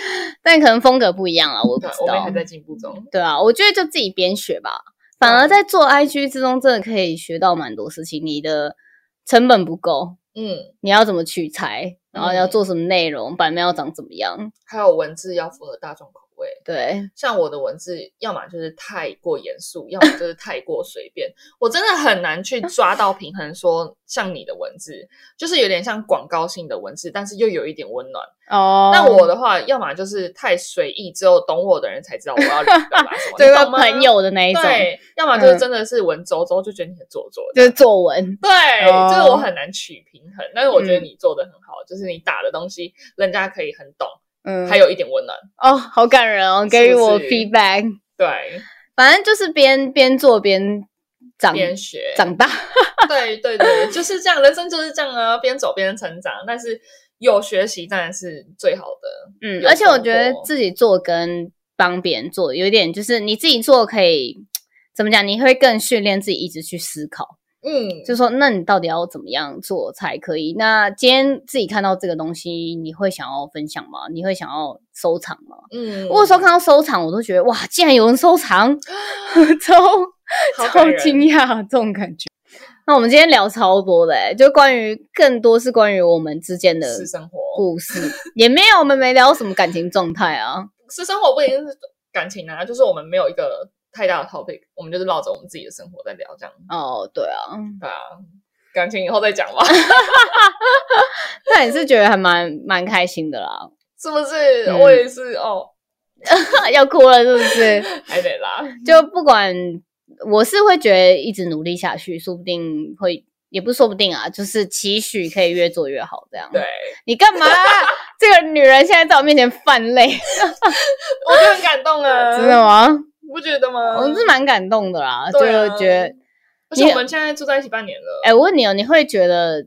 S2: 但可能风格不一样啊，我不
S1: 对
S2: 知，
S1: 我们也
S2: 道
S1: 还。在进步中。
S2: 对啊，我觉得就自己边学吧。反
S1: 啊
S2: 而在做 IG 之中，真的可以学到蛮多事情。你的成本不够，
S1: 嗯，
S2: 你要怎么取材，然后要
S1: 嗯
S2: 做什么内容，版面要长怎么样？
S1: 还有文字要符合大众口味。
S2: 对，
S1: 像我的文字，要么就是太过严肃，要么就是太过随便。我真的很难去抓到平衡，说像你的文字，就是有点像广告性的文字，但是又有一点温暖。
S2: 哦
S1: 那我的话，要么就是太随意，只有懂我的人才知道我要 <laughs> 表达什么，
S2: 就
S1: 你
S2: 是
S1: 懂吗
S2: 朋友的那一种，
S1: 对，要么就是
S2: 嗯
S1: 真的是文绉绉，就觉得你很做作
S2: 就
S1: 的。
S2: 是作文。
S1: 对，
S2: 哦
S1: 就是我很难取平衡，但是我觉得
S2: 嗯
S1: 你做的很好，就是你打的东西，人家可以很懂，
S2: 嗯，
S1: 还有一点温暖。
S2: 哦，好感人哦，
S1: 不
S2: 给予我
S1: 是
S2: feedback。
S1: 对，
S2: 反正就是边边做边长
S1: 边学，
S2: 长大，
S1: 对对对，就是这样，人生就是这样啊，边走边成长，但是有学习当然是最好的。
S2: 嗯，
S1: 有
S2: 而且我
S1: 收
S2: 觉得
S1: 获
S2: 自己做跟帮别人做有一点，就是你自己做可以怎么讲，你会更训练自己一直去思考，
S1: 嗯，
S2: 就说那你到底要怎么样做才可以？那今天自己看到这个东西，你会想要分享吗？你会想要收藏吗？
S1: 嗯，
S2: 我有时候看到收藏，我都觉得哇，
S1: <laughs>
S2: <laughs> 竟然有人收藏，超
S1: 好
S2: 超
S1: 感人
S2: 惊讶这种感觉。那我们今天聊超多的、欸，就关于更多是关于我们之间的
S1: 私生活，
S2: 故事，也没有我们没聊什么感情状态啊。
S1: 私生活不一定是感情啊，就是我们没有一个太大的 topic，我们就是绕着我们自己的生活在聊这样。
S2: 哦，对啊，
S1: 对啊，感情以后再讲吧， <laughs>
S2: 那也是觉得还蛮蛮开心的啦。 <laughs>
S1: 是不是？
S2: 嗯
S1: 我也是哦，
S2: 要哭了是不是？
S1: 还得啦。
S2: 就不管，我是会觉得一直努力下去，说不定会，也不是说不定啊，就是期许可以越做越好这样。
S1: 对，，
S2: 你干嘛？啊 <laughs> 这个女人现在在我面前泛泪，
S1: 我就很感动啊，
S2: <laughs> 真的？吗？
S1: 不觉得吗？
S2: 我是蛮感动的啦，就
S1: 对啊
S2: 觉得，
S1: 而且我们现在住在一起半年了，
S2: 哎、我问你哦，你会觉得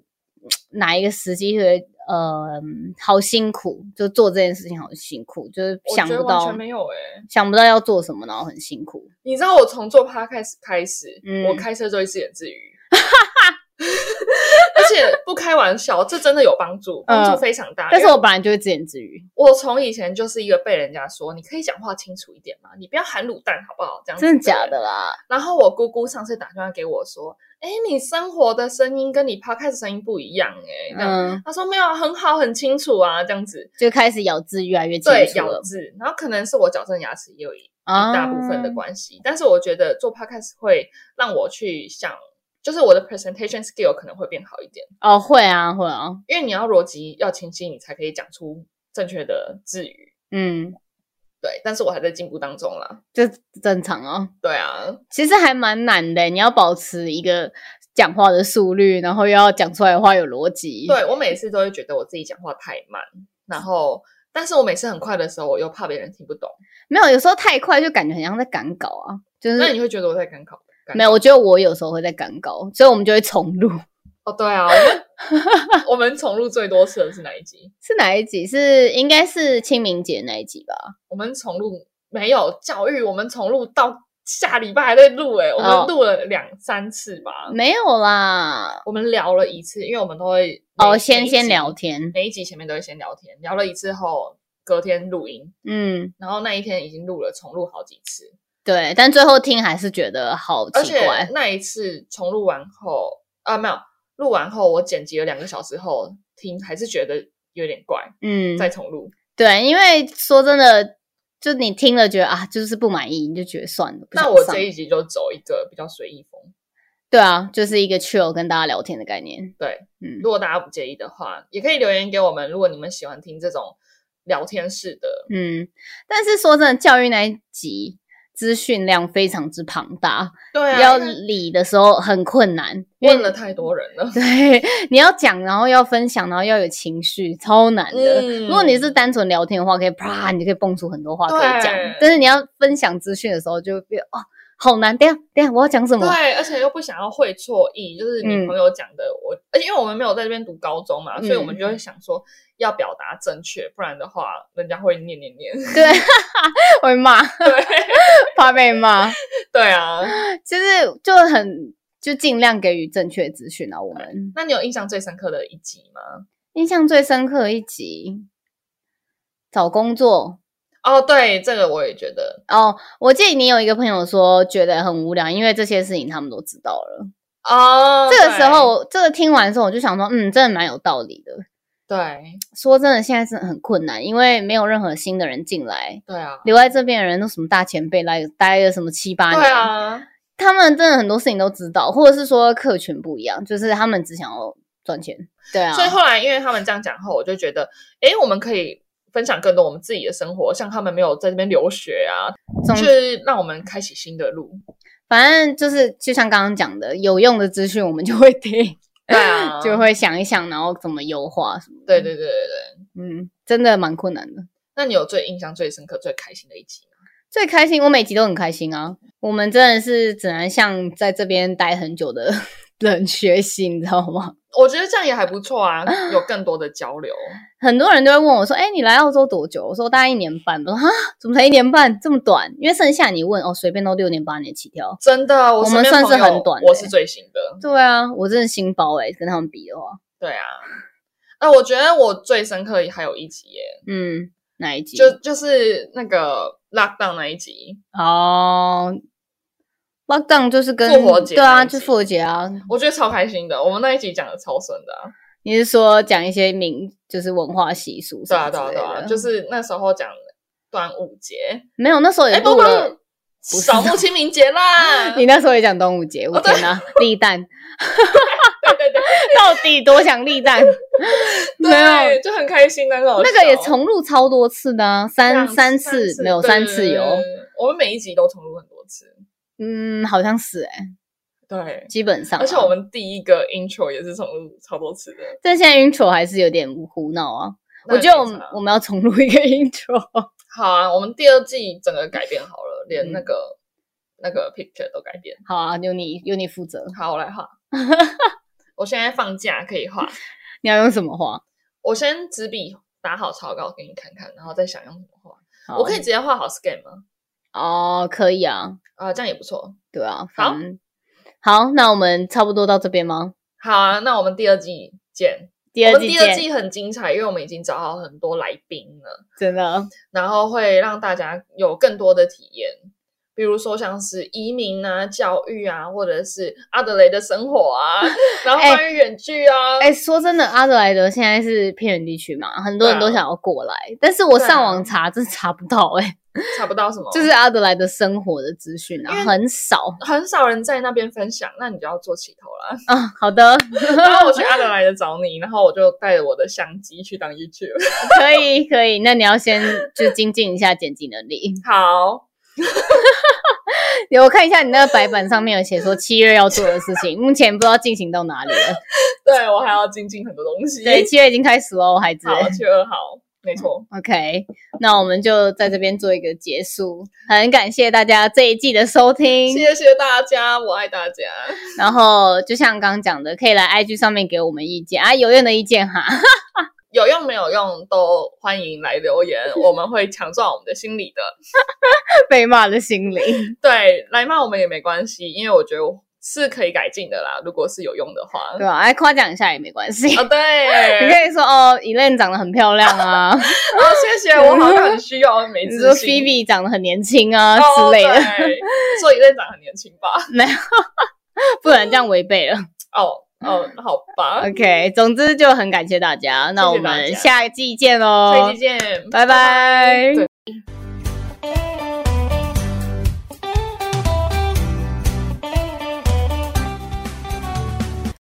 S2: 哪一个时机会？呃，好辛苦，就做这件事情好辛苦，就是
S1: 我
S2: 想
S1: 觉得
S2: 不
S1: 完
S2: 到
S1: 全，没有哎、
S2: 想不到要做什么，然后很辛苦。
S1: 你知道我从做 podcast 开始，
S2: 嗯
S1: 我开车就会自言自语， <laughs> 而且不开玩笑，这真的有帮助，帮助非常大。
S2: 嗯但
S1: 啊因
S2: 是
S1: 为
S2: 我本来就会自言自语，
S1: 我从以前就是一个被人家说，你可以讲话清楚一点嘛，你不要含卤蛋好不好？这样子
S2: 真的假
S1: 人
S2: 的啦？
S1: 然后我姑姑上次打电话给我说：“哎，你生活的声音跟你 podcast 声音不一样哎、这样
S2: 嗯，
S1: 她说：“没有啊，很好，很清楚啊，这样子。
S2: 就开始咬字越来越”清
S1: 对，
S2: 楚
S1: 咬
S2: 了
S1: 字，然后可能是我矫正牙齿也有一
S2: 啊
S1: 一大部分的关系，但是我觉得做 podcast 会让我去想，就是我的 presentation skill 可能会变好一点，
S2: 哦，会啊，会啊，
S1: 因为你要逻辑要清晰，你才可以讲出正确的字语。
S2: 嗯，
S1: 对，但是我还在进步当中啦。
S2: 这正常哦。
S1: 对啊，
S2: 其实还蛮难的，你要保持一个讲话的速率，然后又要讲出来的话有逻辑。
S1: 对我每次都会觉得我自己讲话太慢，然后，但是我每次很快的时候，我又怕别人听不懂。
S2: 没有，有时候太快就感觉很像在赶稿啊，就是
S1: 那你会觉得我在赶考？赶
S2: 没有，我觉得我有时候会在赶稿，所以我们就会重录。 <laughs>
S1: 考哦，对啊，我们 <laughs> 我们重录最多次的是哪一集？
S2: 是哪一集？是应该是清明节那一集吧？
S1: 我们重录没有教育，我们重录到下礼拜还在录哎、我
S2: 哦
S1: 们录了两三次吧。
S2: 没有啦，
S1: 我们聊了一次，因为我们都会
S2: 哦，
S1: 每
S2: 先先，
S1: 每
S2: 聊
S1: 一集
S2: 天，
S1: 每一集前面都会先聊天，聊了一次后，隔天录音，
S2: 嗯，
S1: 然后那一天已经录了重录好几次，
S2: 对，但最后听还是觉得好
S1: 而
S2: 奇
S1: 且
S2: 怪，
S1: 那一次重录完后啊，没有录完后，我剪辑了两个小时后听，还是觉得有点怪，
S2: 嗯，
S1: 再重录。
S2: 对，因为说真的，就你听了觉得啊，就是不满意，你就觉得算了。不
S1: 那
S2: 想
S1: 我
S2: 上
S1: 这一集就走一个比较随意风，
S2: 对啊，就是一个 chill 跟大家聊天的概念。
S1: 对，
S2: 嗯
S1: 如果大家不介意的话，也可以留言给我们。如果你们喜欢听这种聊天式的，
S2: 嗯，但是说真的，教育那一集资讯量非常之庞大，
S1: 对啊，
S2: 要
S1: 因为
S2: 理的时候很困难，因为
S1: 问了太多人了。
S2: 对， <laughs> 你要讲，然后要分享，然后要有情绪，超难的。
S1: 嗯
S2: 如果你是单纯聊天的话，可以啪，你就可以蹦出很多话可以讲
S1: 对。
S2: 但是你要分享资讯的时候，就会变哦，好难。等一下，等一下，我要讲什么？
S1: 对，而且又不想要会错意，就是
S2: 嗯
S1: 你朋友讲的，我而且因为我们没有在这边读高中嘛，所以我们
S2: 嗯
S1: 就会想说要表达正确，不然的话人家会念念念。 <laughs>
S2: 对， <laughs> 会骂，
S1: 对
S2: 怕被骂。
S1: 对啊，
S2: 其实就很就尽量给予正确资讯啊。我们
S1: 那你有印象最深刻的一集吗？
S2: 印象最深刻的一集，找工作
S1: 哦，对，这个我也觉得
S2: 哦，我记得你有一个朋友说觉得很无聊，因为这些事情他们都知道了。
S1: 哦，
S2: 这个时
S1: 对
S2: 候，这个听完之后，我就想说，嗯，真的蛮有道理的。
S1: 对
S2: 说真的，现在真的很困难，因为没有任何新的人进来，
S1: 对啊，
S2: 留在这边的人都什么大前辈来待了什么七八年，
S1: 对啊，
S2: 他们真的很多事情都知道，或者是说客群不一样，就是他们只想要赚钱。对啊，
S1: 所以后来因为他们这样讲后，我就觉得，诶，我们可以分享更多我们自己的生活，像他们没有在这边留学啊，
S2: 总
S1: 就是让我们开启新的路。
S2: 反正就是就像刚刚讲的，有用的资讯我们就会 <laughs> 听，
S1: 对啊，
S2: 就会想一想，然后怎么优化什么的。
S1: 对对对对对。
S2: 嗯，真的蛮困难的。
S1: 那你有最印象最深刻、最开心的一集吗？
S2: 最开心，我每集都很开心啊。我们真的是只能向在这边待很久的 <laughs> 人学习，你知道吗？
S1: 我觉得这样也还不错
S2: <gasps>
S1: 啊，有更多的交流。
S2: 很多人都会问我说：“哎、你来澳洲多久？”我说：“大概一年半。”我说：“哈，怎么才一年半这么短？”因为剩下你问哦，随便都六年八年起跳。
S1: 真的，
S2: 我
S1: 我身
S2: 们
S1: 边
S2: 算是
S1: 朋友
S2: 很短的
S1: 我是最新的。
S2: 对啊，我真的心包哎、跟他们比的话，
S1: 对啊，那我觉得我最深刻还有一集耶，
S2: 嗯，哪一集？
S1: 就就是那个 lockdown 那一集，
S2: 哦， lockdown 就是跟
S1: 复活节
S2: 对
S1: 那
S2: 啊，
S1: 一
S2: 就
S1: 集
S2: 复活节啊。
S1: 我觉得超开心的。我们那一集讲的超顺的、啊，
S2: 你是说讲一些民就是文化习俗什
S1: 对
S2: 么
S1: 啊
S2: 之
S1: 对啊
S2: 类
S1: 对啊，
S2: 的
S1: 就是那时候讲端午节，
S2: 没有那时候也
S1: 哎，
S2: 录
S1: 不
S2: 了。
S1: 不，
S2: 不是。
S1: 扫墓清明节啦 <laughs>
S2: 你那时候也讲端午节，我
S1: 哦对
S2: 天哪，立蛋
S1: 对对对
S2: 到底多想立蛋？没有，
S1: <laughs> 对，就很开心，那个
S2: 那个也重录超多次的啊，三
S1: 三
S2: 次没有三次有，。
S1: 对对对对我们每一集都重录很多次，
S2: 嗯，好像是哎，
S1: 对。
S2: 基本上啊。
S1: 而且我们第一个 intro 也是重录超多次的，
S2: 但现在 intro 还是有点胡闹啊。
S1: 那
S2: 我
S1: 也
S2: 觉得我
S1: 没
S2: 们
S1: 差
S2: 我们要重录一个 <laughs> intro，
S1: 好啊，我们第二季整个改变好了，连那个、那个 picture 都改变。
S2: 好啊，由你由你负责。
S1: 好，我来画。我现在放假可以画，
S2: 你要用什么话？
S1: 我先纸笔打好草稿给你看看，然后再想用什么画。
S2: 好
S1: 我可以直接画好 scan 吗？
S2: 哦，可以啊，
S1: 啊、这样也不错。
S2: 对啊，反正好，那我们差不多到这边吗？
S1: 好啊，那我们第二季见。
S2: 第二
S1: 我们
S2: 季
S1: 第二
S2: 见，
S1: 季很精彩，因为我们已经找好很多来宾了，
S2: 真的，
S1: 然后会让大家有更多的体验，比如说像是移民啊、教育啊，或者是阿德雷的生活啊，然后
S2: <laughs> 哎
S1: 关于远距啊，
S2: 哎、说真的，阿德莱德现在是偏远地区嘛，很多人
S1: 对啊
S2: 都想要过来，但是我
S1: 对啊
S2: 上网查，真查不到哎、
S1: 查不到什么，
S2: 就是阿德莱德生活的资讯
S1: 因为
S2: 啊，很少
S1: 很少人在那边分享，那你就要做起头啦。 <laughs>
S2: 啊。好 <laughs> 的，
S1: 然后我去阿德莱德找你，然后我就带着我的相机去当 YouTube。
S2: 可以可以，那你要先就精进一下剪辑能 <laughs> 力。
S1: 好，
S2: 我看一下你那个白板上面有写说七月要做的事情，目前不知道进行到哪里了。
S1: 对我还要精进很多东西。
S2: 对，七月已经开始喽，孩子。
S1: 好，去二号，没错。
S2: OK，那我们就在这边做一个结束，很感谢大家这一季的收听。
S1: 谢谢大家，我爱大家。
S2: 然后就像刚刚讲的，可以来 IG 上面给我们意见啊，有用的意见哈。 <laughs>
S1: 有用没有用都欢迎来留
S2: <laughs>
S1: 言，我们会强壮我们的心理的。
S2: 被骂的心灵，
S1: 对，来骂我们也没关系，因为我觉得我是可以改进的啦。如果是有用的话，
S2: 对吧、来哎夸奖一下也没关系。
S1: 啊，对，
S2: <laughs> 你可以说哦，e l a n 长得 <laughs> 很漂亮啊，
S1: 哦，谢谢，我好像很需要没
S2: 你
S1: 自
S2: 说
S1: 信。
S2: Phoebe 长得很年轻啊、
S1: 哦
S2: 之类的，
S1: 对所以院长很年轻吧？
S2: 不然这样违背了。
S1: 哦哦，好
S2: <laughs>
S1: 吧，
S2: OK，总之就很感谢大家，那我
S1: 谢谢大
S2: 们
S1: 家
S2: 下一季见喽，
S1: 下期见，
S2: 拜拜。
S1: 对